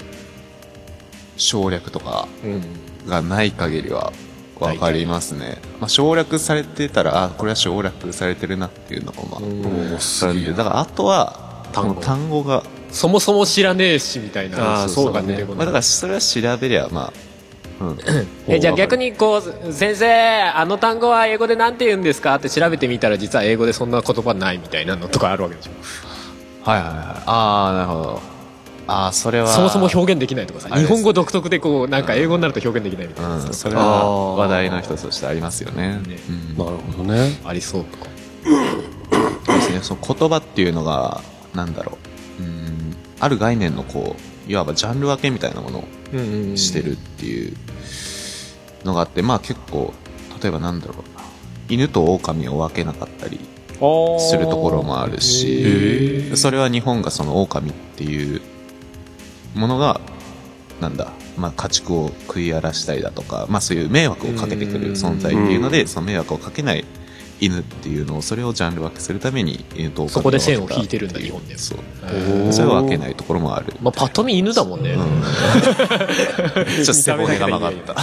E: 省略とか
C: うん
E: がない限りは分かりますね。まあ、省略されてたら、あ、これは省略されてるなっていうのが、まあ、
C: うん
E: そうなんでだからあとは
C: 単語
E: 単語単語が、
C: そもそも知らねえしみたいな
A: あー
C: のが
A: そうだね
C: 出てこ
E: ま
C: ない
E: あ、だからそれは調べりゃまあ、うん、
C: えじゃあ逆にこう先生あの単語は英語でなんて言うんですかって調べてみたら実は英語でそんな言葉ないみたいなのとかあるわけでしょ
E: はいはいはいああなるほどああそれは
C: そもそも表現できないとかさ
E: あれ
C: 日
E: ですね
C: 本語独特でこうなんか英語になると表現できないみたいな
E: う
C: さ
E: ん、それ
A: あ
E: は
A: ー
E: 話題の一つとしてありますよね
C: ね
E: うん
A: なるほどね
C: ありそうとか
E: そうですねその言葉っていうのがなんだろううんある概念のこういわばジャンル分けみたいなものを
C: うんうんうん
E: してるっていうのがあって、まあ結構例えばなんだろうな犬と狼を分けなかったりするところもあるし、それは日本がその狼っていうものが、なんだ、まあ家畜を食い荒らしたりだとか、まあそういう迷惑をかけてくる存在っていうので、その迷惑をかけない犬っていうのを、それをジャンル分けするために犬と狼を分けた
C: そこで線を引いてるんだ
E: ってう
C: 日本では
E: そう。
A: おー
E: それは分けないところもある。
C: まあパッと見犬だもんね
E: ちょっと背骨が曲がった。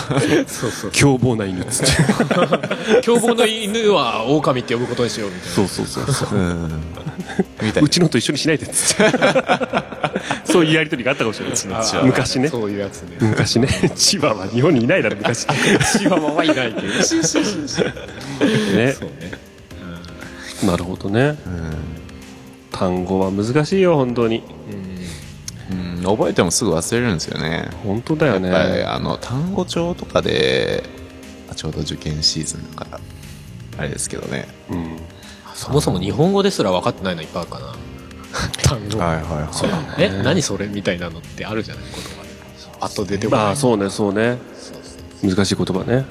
C: そうそう
A: 凶暴な犬っつって
C: 凶暴な犬は狼って呼ぶことにしようみたいな
A: そうそう そうそう
E: うん。みたいうな。
A: ちのと一緒にしないでっつ ってそういうやりとりがあったかもしれ
E: のチワ
A: ない
E: ワ
A: 昔ね
C: そういうやつね
A: 昔 ね千葉は日本にいないだろ昔
C: チワワはいないけど
A: ね
C: そうね
A: なるほどね
E: うん
A: 単語は難しいよ本当に
E: うん、覚えてもすぐ忘れるんですよね。
A: 本当だよ
E: やっぱり
A: ね
E: あの単語帳とかであちょうど受験シーズンだからあれですけどね
A: うん
C: そもそも日本語ですら分かってないのいっぱいあるかな単語
E: いはいは
C: え何それみたいなのってあるじゃない言葉であと出てこ
A: ま
C: な
A: あ
C: い
A: そうねそうね
C: そうそう
A: 難しい言葉ね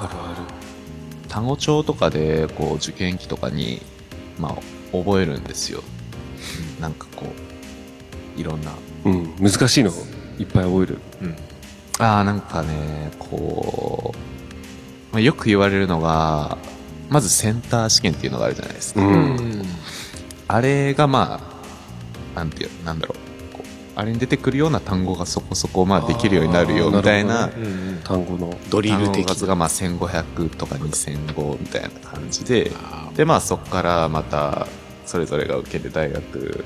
E: い単語帳とかでこう受験期とかにまあ覚えるんですよなんかこういろんな
A: うん難しいのいっぱい覚える
E: ああなんかねこまあ、よく言われるのが、まずセンター試験っていうのがあるじゃないですか。
C: うん
E: あれがまあ、なんていう、なんだろう。こうあれに出てくるような単語がそこそこまあできるようになるよみたいな
C: うん
A: 単語の
C: ドリ
E: 単
C: ル
E: 語の
C: 的
E: 数がまあ1500とか2005みたいな感じで、でまあそこからまたそれぞれが受ける大学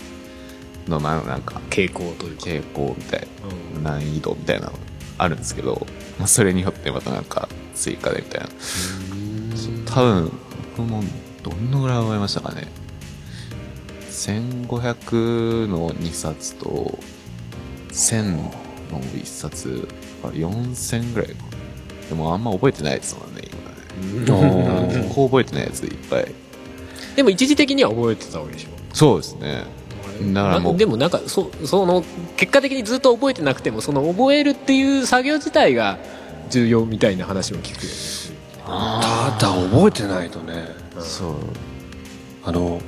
E: のまあなんか
C: 傾向というか、
E: 傾向みたいな
C: うん
E: 難易度みたいなのがあるんですけど、まあ、それによってまたなんか追加でみたいな多分僕もどのぐらい覚えましたかね1500の2冊と1000の1冊が4000ぐらいかなでもあんま覚えてないですもんね今ね結構覚えてないやついっぱい
C: でも一時的には覚えてたわけでしょ
E: そうですねだからも
C: な
E: う
C: でもなんかそその結果的にずっと覚えてなくてもその覚えるっていう作業自体が重要みたいな話も聞くよね
A: ただ覚えてないとね
E: そう
A: あの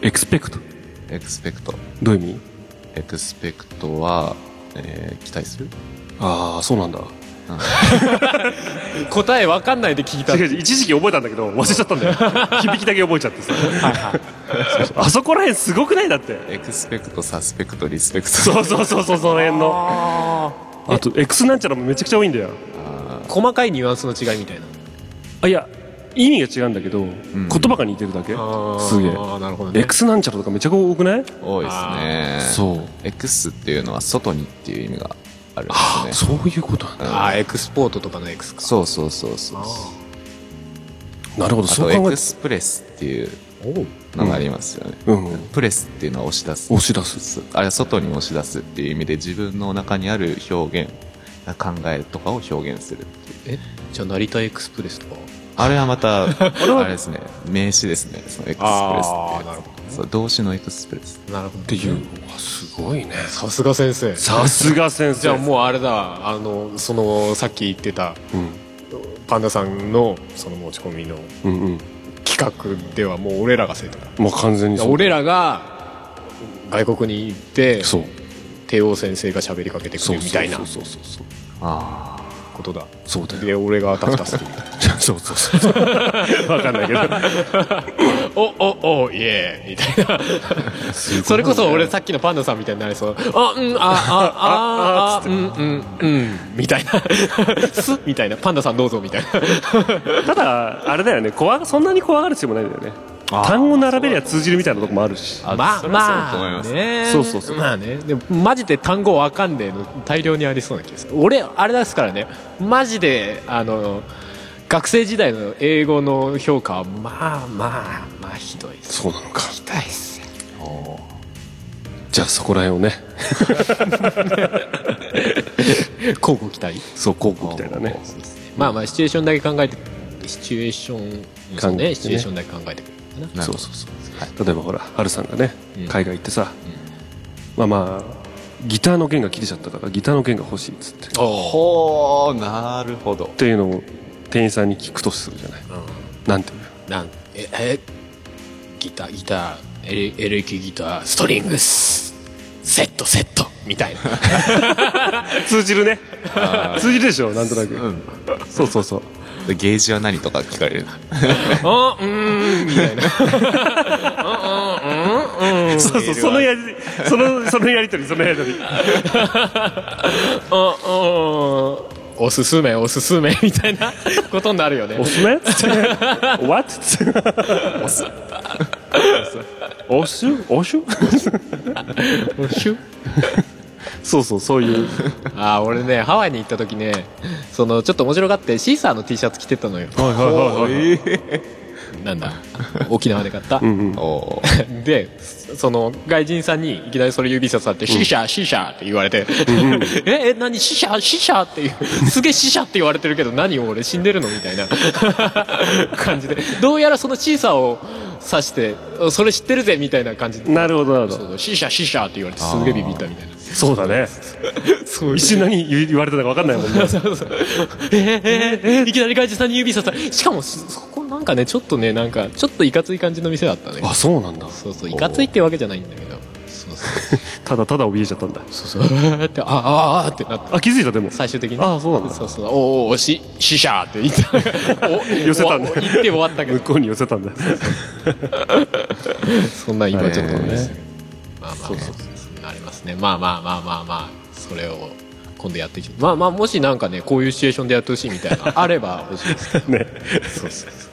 A: エクスペクト
E: エクスペクト
A: どういう意味
E: エクスペクトは、えー期待する
A: ああそうなんだ
C: 答えわかんないで聞いた
A: 違う違う一時期覚えたんだけど忘れちゃったん だよ響きだけ覚えちゃってさそうそうあそこら辺すごくないだって
E: エクスペクト、サスペクト、リスペクト。
A: そうそうそうそうその辺のあと X なんちゃらもめちゃくちゃ多いんだよ
C: 細かいニュアンスの違いみたいな
A: あいや意味が違うんだけど、言葉が似てるだけすげえ
C: あーなるほどね
A: X なんちゃらとかめちゃくちゃ多くない
E: 多いですね。
A: そう
E: エクスっていうのは外にっていう意味があるん
A: あ
E: ですね。
A: そういうことなんだ
C: あーエクスポートとかの X か
E: そうそうそうそう。
C: あ
A: なるほど
E: あ
A: そう
E: と、
A: 考え
E: エ
A: る
E: クスプレスっていうのがありますよね。
A: うんうん
E: プレスっていうのは押し出す。
A: 押し出す
E: あれは外に押し出すっていう意味で自分の中にある表現、考えとかを表現するっていう。
C: ーえじゃあ成田エクスプレスとか
E: あれはまた、あれですね、名詞ですね、そのエクスプレスって。
C: あーなるほどね
E: そう、動詞のエクスプレス。
C: なるほどっ
A: っていううわすごいね
C: さすが先生
A: さすが先生
C: じゃあもうあれだあのそのさっき言ってた
A: う
C: パンダさんのその持ち込みの
A: んうんうん
C: 企画ではもう俺らが生徒だ
A: もう完全にそう
C: 俺らが外国に行って
A: そう
C: 帝王先生が喋りかけてく
A: そう
C: るみたいな
A: そうそうそうそう
E: あ
C: ことだ
A: そうだ
C: で
A: よ
C: 俺がタフタするみたいな
A: そうそうそう わかんないけど
C: おおおイエーイみたいなそれこそ俺さっきのパンダさんみたいになりそうあうんあああああうんうんうんみたいなすみたいなパンダさんどうぞみたいな
A: ただあれだよね怖そんなに怖がる必要もないんだよね単語並べりゃ通じるみたいなとこもあるし
E: あ。
C: まあ
E: それはそうだと思い
C: まあ
E: ます
C: ね
A: そうそうそう
C: まあねでもマジで単語わかんねえの大量にありそうな気がする俺あれですからねマジであの学生時代の英語の評価はまあまあまあひどいです
A: そうなのか
C: ひどいっす
A: じゃあそこら辺をね
C: 交互期待
A: そう広告みたいなね
C: まあまあシチュエーションだけ考えてシチュエーションそう
A: 考えてね
C: ねシチュエーションだけ考えてくるのかな
E: な
A: そ
E: る
A: う
E: ほ
A: そうそう例えばほらハルさんがね海外行ってさまあまあギターの弦が切れちゃったからギターの弦が欲しいっつってっ
E: ど。ほー、なるほど。
A: ていうのを店員さんに聞くとするじゃないなんていうの
C: なんええギターギターエレエレキギターストリングスセットセットみたいな
A: 通じるね通じるでしょなんとなくそうそうそう
E: でゲージは何とか聞かれる。
C: あうーんみたいな
A: そうそうそのやりそのそのやりとりそのやりとり
C: あうんおすすめおすすめみたいなことになるよね
A: おす すめつって What? つっておすおす
C: シュッ
A: そうそうそういう
C: ああ俺ねハワイに行った時ねそのちょっと面白がってシーサーの T シャツ着てったのよ
A: はいはいはいはい
C: なんだ沖縄で買った
E: お ー。
C: でその外人さんにいきなりそれ指ささって「シーシャーシーシャー」って言われて「 ええ何シーシャーシーシャー」っていうすげえシーシャーって言われてるけど何を俺死んでるの みたいな感じでどうやらそのシーサーを指して「それ知ってるぜ」みたいな感じで
A: なるほどなるほ
C: そう
A: ど
C: そうシーシャーシーシャーって言われてすげえビビったみたいな
A: そうだね
C: そういう
A: 一瞬何言言われたか分かんないもんね
C: そうそうえーえーえーいきなり外人さんに指ささしかもそそこなんかねちょっとねなんかちょっといかつい感じの店だったね
A: そうなんだ
C: そうそういかついってわけじゃないんだけどそうそうそう
A: ただただ怯えちゃったんだ
C: そうそう ってあああってなった
A: あ気づいたでも
C: 最終的に
A: あそうなんだ
C: そうそうおーおーし死者って言った お
A: 寄せたんだ
C: お言って終わったけ
A: 向
C: ど
A: こうに寄せたんだ
C: そんな今ちょっと
E: え
C: ね
E: ー
C: まあまあそうそうそうなりますねまあまあまあまあまあそれを今度やっていきまあまあもしなんかねこういうシチュエーションでやってほしいみたい なあれば欲しいですけど
A: ね
C: そうそうそ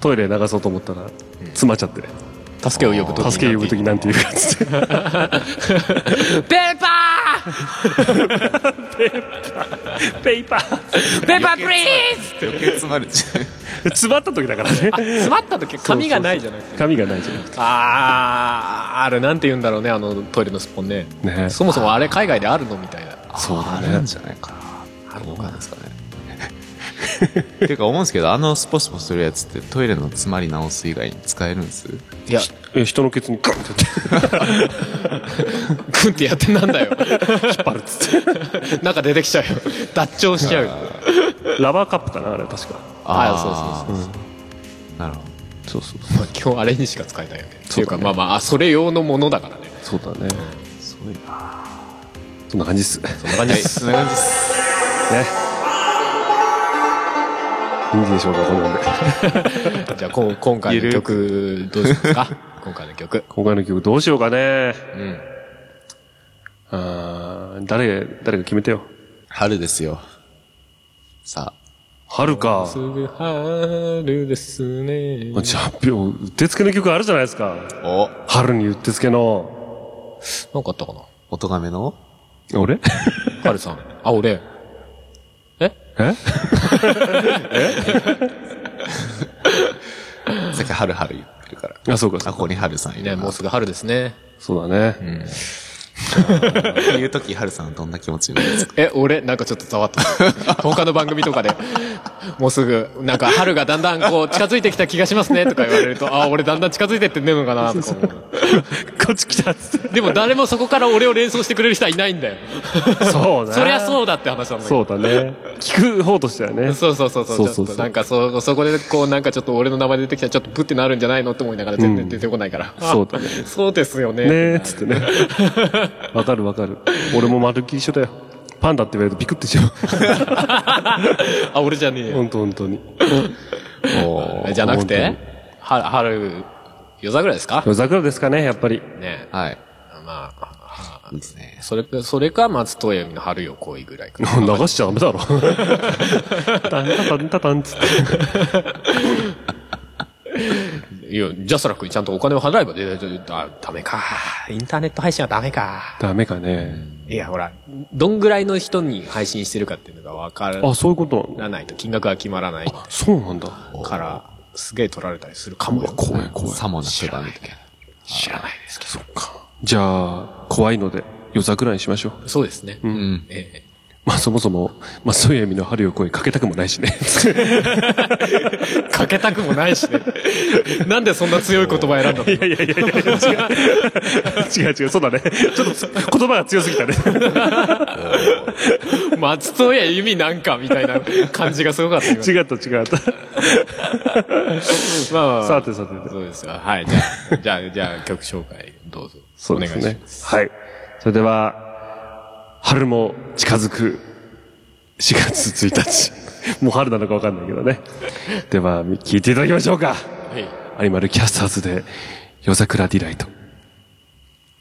A: トイレ流そうと思ったら詰まっちゃって
C: う助けを呼ぶとき
A: 助け呼ぶ時
C: に
A: なんて言うかっつって
C: ペーパー
A: ペイパー
C: ペーパープリーズ
E: 余計詰まるじゃん
A: 詰まった時だからね
C: 詰まった時紙がないじゃなくて
A: 紙がないじゃなくて
C: あーあれなんて言うんだろうねあのトイレのスポンね
A: ね
C: そもそもあれ海外であるのみたいな
A: そうだ
E: あ
A: ね
E: れなんじゃないかなあるのかなんですかねてか思うんですけどあのスポスポするやつってトイレの詰まり直す以外に使えるんです
C: いや
A: え人のケツにガンって
C: グンってやってなんだ よ
A: 引っ張る っつって
C: なんか出てきちゃうよ脱腸しちゃうよ
A: ラバーカップかなあれ確か
C: ああそうそうそう
E: うなるほど
A: そうそう
C: まあ基本あれにしか使えないよねって
A: そ
C: いうう
A: だね
C: かまあまああそれ用のものだからね
A: そうだね
E: すごいな
A: そんな感じっすね
C: そんな感じです
E: そんな感じです
A: いいでしょうかこんなんで
C: じゃあこん今回の曲どうしますか今回の曲
A: 今回の曲どうしようかね
C: うん
A: あー誰誰が決めてよ
E: 春ですよさあ
A: 春か
C: すぐ春ですね
A: じゃあぴょうってつけの曲あるじゃないですか
E: お
A: 春にうってつけの
C: なんかあったかな
E: 音がめの
A: 俺
C: 春さんあ俺え
A: え
E: さっき春春言ってるか ら
A: あそうかそ
E: あ
A: う
E: こ
A: か
E: こに春さんい
C: ね
E: る
C: も
E: な
C: うすぐ春ですね
A: そうだね、
E: こういう時春さんはどんな気持ちになるんですか
C: え、俺、なんかちょっとざわっとする。他の番組とかで、もうすぐ、なんか春がだんだんこう、近づいてきた気がしますね、とか言われると、あ、俺だんだん近づいてってんねのかな、とか思う。
A: こっち来たっつって
C: でも誰もそこから俺を連想してくれる人はいないんだよ。
A: そうね
C: そりゃそうだって話なんだけ
A: そ
C: ど。
A: うだね聞く方としてはね
C: そうそうそうそう。
A: そうそうそう
C: ちょっとなんかそ、そこでこう、なんかちょっと俺の名前出てきたらちょっとプってなるんじゃないのって思いながら全然出てこないから。
A: そうだね
C: あそうですよね。
A: ねえっつって ねわかるわかる俺もまるっきり一緒だよパンダって言われるとビクってしちゃう
C: あ、俺じゃねえよ。
A: 本当本当に
E: おー
C: じゃなく
A: 本
C: て、春、春、夜桜ですか
A: 夜桜ですかねやっぱり
C: ね
E: はい
C: まあ、
E: いいですね
C: それか、それか、松任谷由実の春よ恋ぐらいかな。
A: 流しちゃダメ だろタンタタンタタンっつって
C: いや、ジャスラックにちゃんとお金を払えばで、であ、ダメか。インターネット配信はダメか。
A: ダメかね
C: いや、ほら、どんぐらいの人に配信してるかっていうのがわか
A: あそういうことなんだ
C: らないと金額が決まらない
A: そうなんだ
C: から、すげえ取られたりするかもよ。
A: 怖い怖い
E: さもなくばみたいな
C: 知らないですけど。そっか。
A: じゃあ怖いので夜桜にしましょう
C: そうですね。
E: うん
C: え
A: まあそもそも、まあそういう意味の春よ声かけたくもないしね。
C: えかけたくもないしね。 なんでそんな強い言葉選んだの
A: いやいやいやいや、違う。違う違う、そうだね。ちょっとつ言葉が強すぎた ね。
C: 松任谷由実なんかみたいな感じがすごかった 今。
A: 違った違った。
C: まあまあまあ
A: さてさて。
C: そうですよ。はい。じゃあ、じゃあ、じゃあ曲紹介どうぞ。
A: そうです
C: お願い
A: ね
C: しま。
A: はい。それでは、春も近づく4月1日。もう 春なのかわかんないけどね。では、聞いていただきましょうか。
C: はい。
A: アニマルキャスターズで、夜桜ディライト。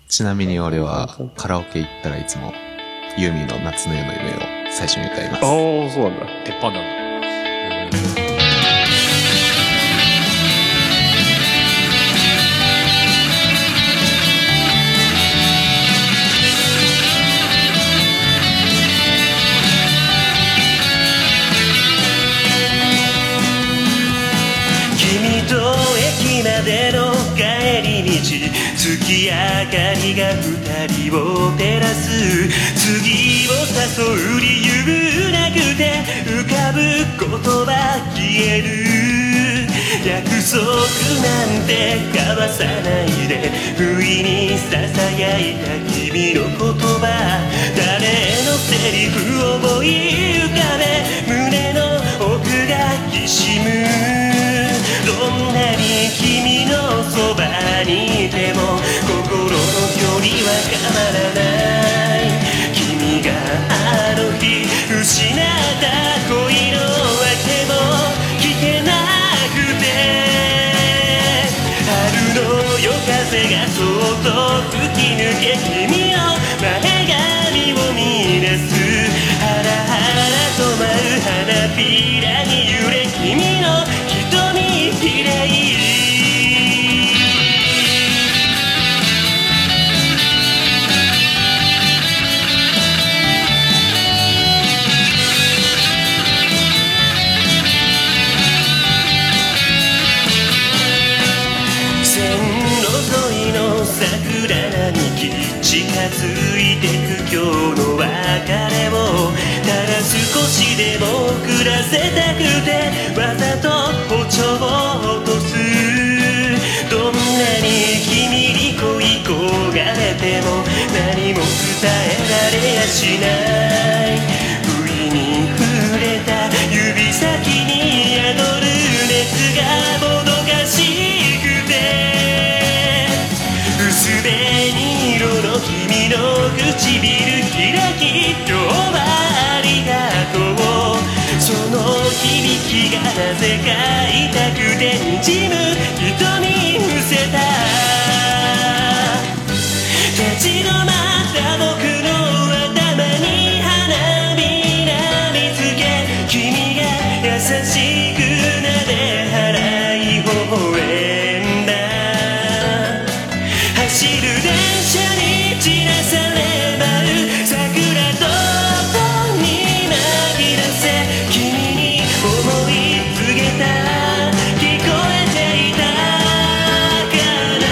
E: ちなみに俺はカラオケ行ったらいつもユーミンの夏の夜の夢を最初に歌いま
A: ああ、
E: す。
A: そうなんだ。
C: 鉄板なんだ。
D: 君と駅までの帰り道月明かりが二人を照らす次を誘う理由なくて浮かぶ言葉消える約束なんて交わさないで不意に囁いた君の言葉誰のセリフを思い浮かべ胸の奥がきしむどんなに君のそばにいても心の距離まらない君があの日失った恋の訳も聞けなくて春の夜風がそっと吹き抜け君の前髪を見出すハラハラと舞う花びらに揺れ君の瞳綺麗線路沿いの桜並木近づいてく今日の別れをただ少しでも遅らせたくてわざと包丁を落とすどんなに君に恋焦がれても何も伝えられやしない不意に触れた指先に宿る熱がもどかしくて薄紅色の君の唇開き今日はありがとうその響きがなぜか痛くてにじむ瞳伏せた立ち止まった僕の頭に花びら見つけ君が優しく撫で払い微笑んだ走る電車に散らされ舞う桜と音に紛らせ君に思い告げた聞こえていたかな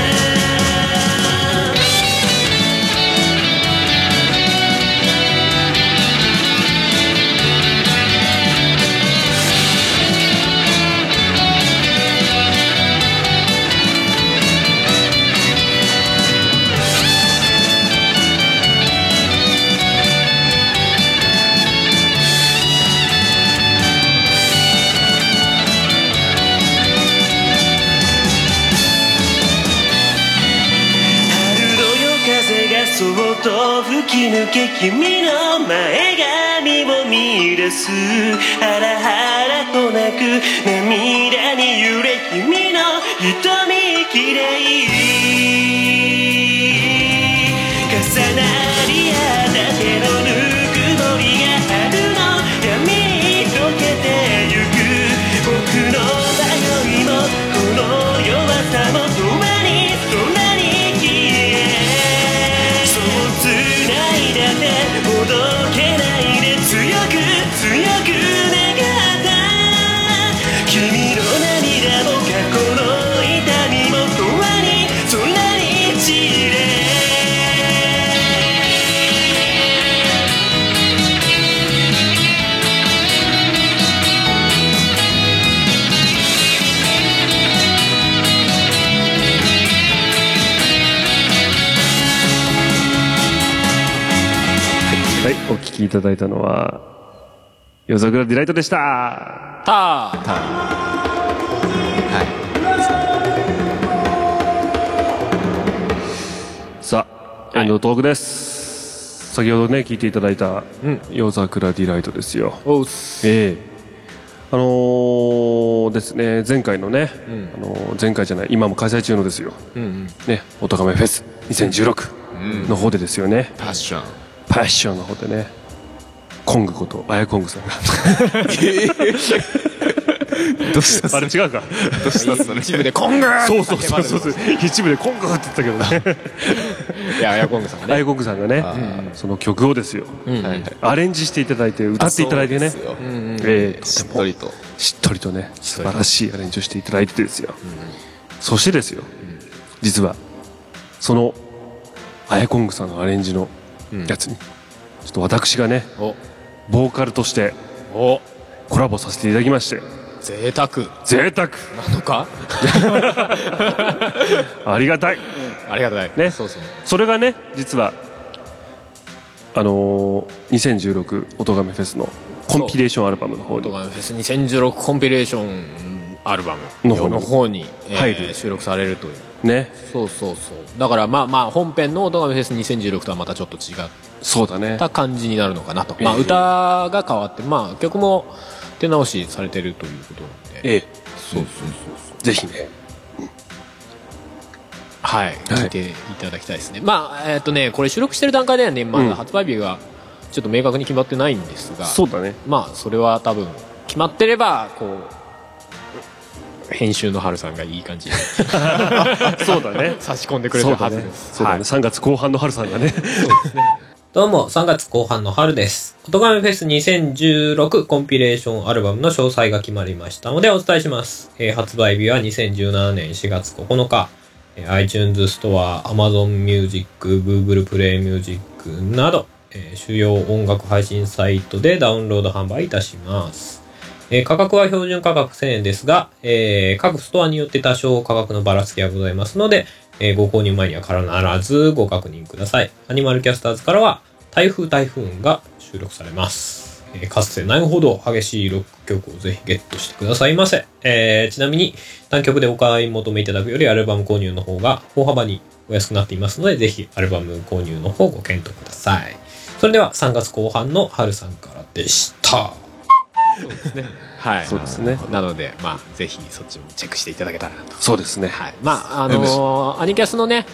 D: 春の夜風がそっと吹き抜け君の前髪を見出すハラハラとなく涙に揺れ君の瞳きれい重なり合った手のぬくもりが春の闇に溶けてゆく僕の迷いもこの弱さもとまにそんなに消えそうつないだってほどけないで強く強く願った君の涙も過去の痛みも永遠にそんなに散れ
A: はい、お聞きいただいたのは、夜桜ディライトでした
C: たー
A: さあ、エンドトークです。先ほどね、聞いていただいた、夜桜ディライトですよ。
C: おうっす
A: ええあのーですね、前回のね、あのー前回じゃない、今も開催中のですよ。ね、おとがめフェス2016の方でですよね。
E: パッション。
A: パッションの方でね、コングこと、あやコングさんが。
E: どうし た
A: あれ違うか。
E: どうしたそれ。
C: 一部でコング
A: そうそうそうそうそう。一部でコングって言ったけどね。
C: いやいやコングさんが
A: あ
C: ね
A: やコングさんがね、その曲をですよ、
E: はいはい
A: アレンジしていただいて、歌っていただいてね。
E: そうですよ
A: ええ
E: しっとりと。
A: しっとりとね素晴らしいアレンジをしていただいてですよ、そしてですよ、実はそのアヤコングさんのアレンジのやつに、ちょっと私がね
C: お
A: ボーカルとして
C: お
A: コラボさせていただきまして
C: 贅沢
A: 贅沢
C: なのか
A: ありがたい
C: ありがたい
A: ね
C: そうそう
A: それがね実はあのー、2016おとがめフェスのコンピレーションアルバムの方
C: と
A: に
C: かフェス2016コンピレーションアルバム
A: の方に
C: の方に、えー
A: 入る
C: 収録されるという
A: ね
C: そうそうそうだからまあまあ本編の「オトガメフェス2016」とはまたちょっと違っ
A: そうだね
C: た感じになるのかなと、まあ、
A: ええ
C: 歌が変わって、まあ、曲も手直しされてるということなん
A: え
C: で
A: え
C: そうそうそうそう
A: ぜひね
C: はい、聞いていただきたいですね。まあ、えっ、とね、これ収録してる段階ではね、ま
A: うん
C: だ発売日がちょっと明確に決まってないんですが、
A: そうだね
C: まあ、それは多分、決まってれば、こう、編集の春さんがいい感じに
A: そうだね
C: 差し込んでくれて
A: そう
C: る
A: だ
C: はず
A: ね
C: です。
A: そうだね、
C: はい
A: 3月後半の春さんがね
F: どうも、3月後半の春です。音亀フェス2016コンピレーションアルバムの詳細が決まりましたのでお伝えします。えー発売日は2017年4月9日、えー iTunes ストア、Amazon Music、Google Play Music など、えー主要音楽配信サイトでダウンロード販売いたします。えー価格は標準価格1000円ですが、えー各ストアによって多少価格のばらつきがございますので、えーご購入前には必ずご確認ください。アニマルキャスターズからは、台風台風雲が収録されます。えーかつてないほど激しいロック曲をぜひゲットしてくださいませ。えーちなみに、単曲でお買い求めいただくよりアルバム購入の方が大幅にお安くなっていますので、ぜひアルバム購入の方ご検討ください。それでは3月後半の春さんからでした。
C: はい。
A: そうですね
C: なので、まあ、ぜひそっちもチェックしていただけたらなと。
A: そうですね
C: はい。まあ、あのーアニキャスのね、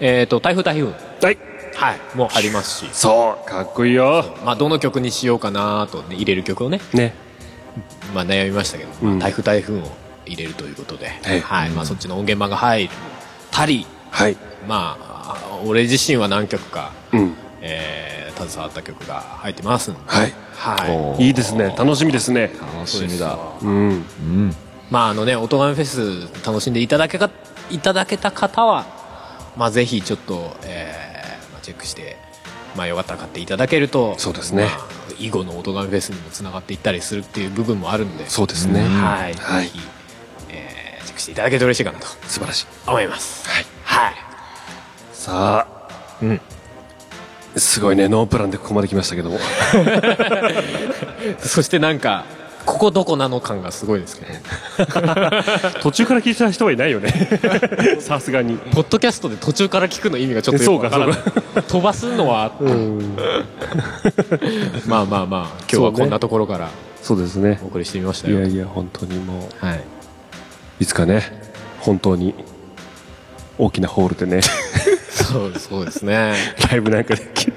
C: えっ、と、台風台風、
A: はい
C: はい、もうありますし、
A: そうかっこいいよ
C: まあ、どの曲にしようかなと、ね、入れる曲をね、
A: ね
C: まあ、悩みましたけど、
A: うん
C: 台風台風を入れるということで、
A: ええ
C: はいまあ、そっちの音源版が入ったり、
A: はい
C: まあ、俺自身は何曲か、
A: うん
C: えー携わった曲が入ってますので、
A: はい
C: はい
E: おー
A: いいですね楽しみですね
E: 楽しみだ。
A: うん
E: うん。
C: まああのね、音ガメフェス楽しんでいただけかいただけた方は、まあ、ぜひちょっと、えーまあ、チェックして、まあ、よかったら買っていただけると
A: そうですね
C: まあ以後の音ガメフェスにもつながっていったりするっていう部分もあるんで
A: そうですね
C: はい、
A: はい
C: ぜひ、えーチェックしていただけると嬉しいかなと
A: 素晴らしい
C: 思いますはい、はい、
A: さあ
C: うん
A: すごいねノープランでここまで来ましたけども
C: そしてなんかここどこなの感がすごいですけ ど、ね、
A: 途中から聞いた人はいない よねさすがに
C: ポッドキャストで途中から聞くの意味がちょっとよくわからない
A: そうか
C: 飛ばすのは、 まあまあまあ今日はこんなところから
A: そうですね
C: お送りしてみました
A: い
C: よ、
A: やいや本当にも
C: はい、
A: ういつかね本当に大きなホールでね
C: そうそうですね
A: ライブなんかできる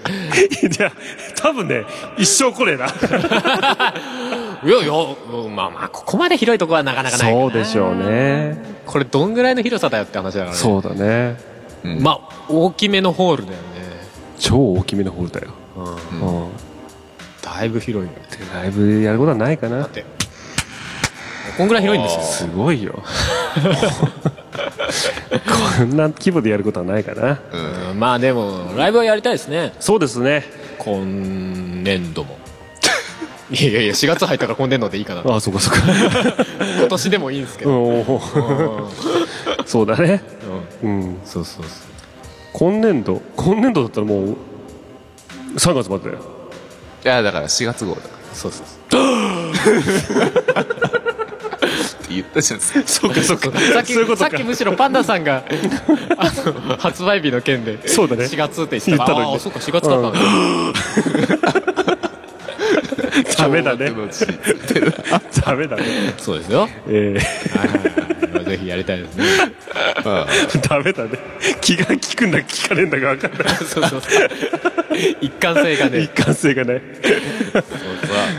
A: いや多分ね一生来ねえない
C: やいやうんまあまあここまで広いとこはなかなかな い
A: そうでしょうね
C: これどんぐらいの広さだよって話だからね
A: そうだね
C: まあ大きめのホールだよね
A: 超大きめのホールだよ、うん
C: だいぶ広いよ
A: でライブでやることはないかな
C: ってこんぐらい広いんです
A: す
C: よ
A: ごいよこんな規模でやることはないかな
C: うんまあでもライブはやりたいですね
A: そうですね
C: 今年度もいやいやいや4月入ったから今年度でいいかな
A: ああそうかそうか
C: 今年でもいいんです け
A: う
C: ど、
A: んおーそうだね
C: うん
A: うん
C: そうそうそう
A: 今年度今年度だったらもう3月までだよ
E: いや、だから4月号だから
C: そうそう
E: って言ったじゃないです
A: そ
E: か。
A: うかそうか
C: さっき
A: そういうこと
C: さ
A: か
C: っきむしろパンダさんが あの発売日の件で
A: そうだね
C: 4月って言ってたから
A: 言ったのに
C: ああそうか4月だったんだ、
A: ダメだね
E: 正月のうち
A: ダメだね
C: そうですよ
A: え
C: まあぜひやりたいですね
A: ー、ダメだね気が利くんだか聞かねえんだか分かんない
C: そうそうそう 一貫性がね
A: 一貫性がない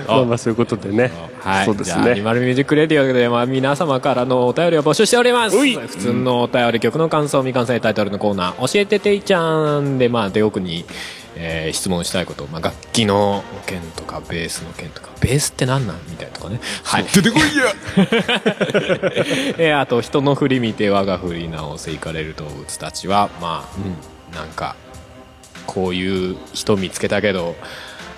A: まあまあそういうことでね
C: はい、
A: そうです
C: じゃあアニ
A: ね
C: マルミュージックレディオで、まあ、皆様からのお便りを募集しております
A: うい
C: 普通のお便り曲の感想未完成タイトルのコーナー「教えてていちゃん」で、まあ、デオ君に、えー質問したいこと、まあ、楽器の件とかベースの件とかベースって何なんみたいなとかね、はい、出てこいや えーあと「人の振り見て我が振り直せ行かれる動物たちは」まあ、なんかこういう人見つけたけど、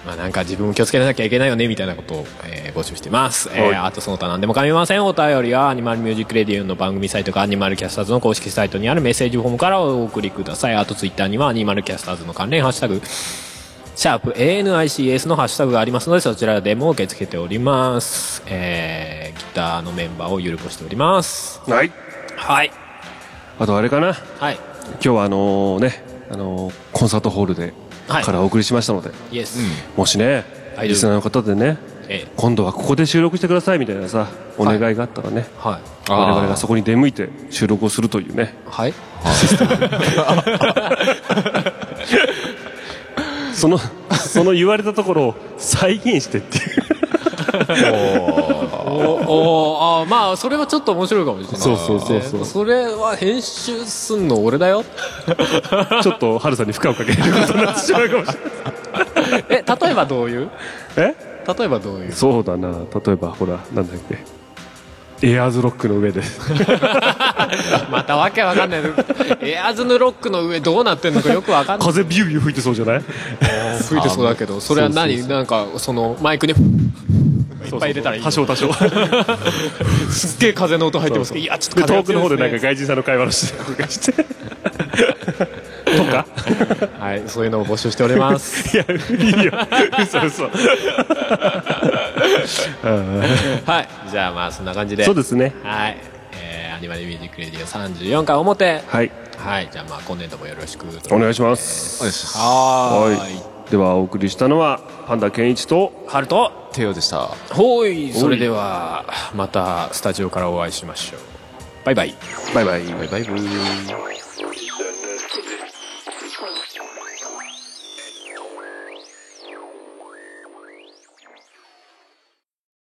C: まあ、なんか自分も気をつけなきゃいけないよねみたいなことを、えー募集してます、えーあとその他何でも構いませんお便りはアニマルミュージックレディオの番組サイトかアニマルキャスターズの公式サイトにあるメッセージフォームからお送りくださいあとツイッターにはアニマルキャスターズの関連ハッシュタグシャープ ANICS のハッシュタグがありますのでそちらでも受け付けております、えーギターのメンバーをゆるこしております
A: はい
C: はい
A: あとあれかな
C: はい
A: 今日はあのね、あのーコンサートホールで
C: はい
A: からお送りしましたので、
C: イエス、
A: もしね
C: はい
A: リスナーの方でね
C: ええ
A: 今度はここで収録してくださいみたいなさお願いがあったらね、
C: はい
A: 我々がそこに出向いて収録をするというね
C: はい
A: そ のその言われたところを再現してっていう
C: おおあーまあそれはちょっと面白いかもしれな い
A: そうそうそうそう
C: ねそれは編集すんの俺だよ
A: ちょっと春さんに負荷をかけることになってしまうかもし
C: え例えばどういう
A: れないえ
C: 例えばどうい う
A: そうだな例えばほらなんだっけエアーズロックの上で
C: またわけわかんないエアーズのロックの上どうなってんのかよくわかんない
A: 風ビュービュー吹いてそうじゃない
C: 吹いてそうだけどそれは何
A: そう
C: なんかそのマイクにいっぱい入れたらいい
A: 多少多少
C: すっげえ風の音入ってますけどいやちょっと
A: で
C: 風
A: 遠くの方でなん
C: 強
A: か
C: いすね
A: 外人さんの会話のしてとか してとか
C: はいそういうのを募集しております
A: いやいいよ嘘嘘
C: はいじゃあまあそんな感じで
A: そうですね
C: はいえーアニマルミュージックレディオ34回表
A: はい
C: はいじゃあまあ今年度もよろしく
A: お願いします
C: はーい
A: はいではお送りしたのはパンダケンイチと
C: ハルト
E: テオでした。
C: ほいそれではまたスタジオからお会いしましょうバイバイ
A: バイバイ
E: バイバイブー。
G: Thank you.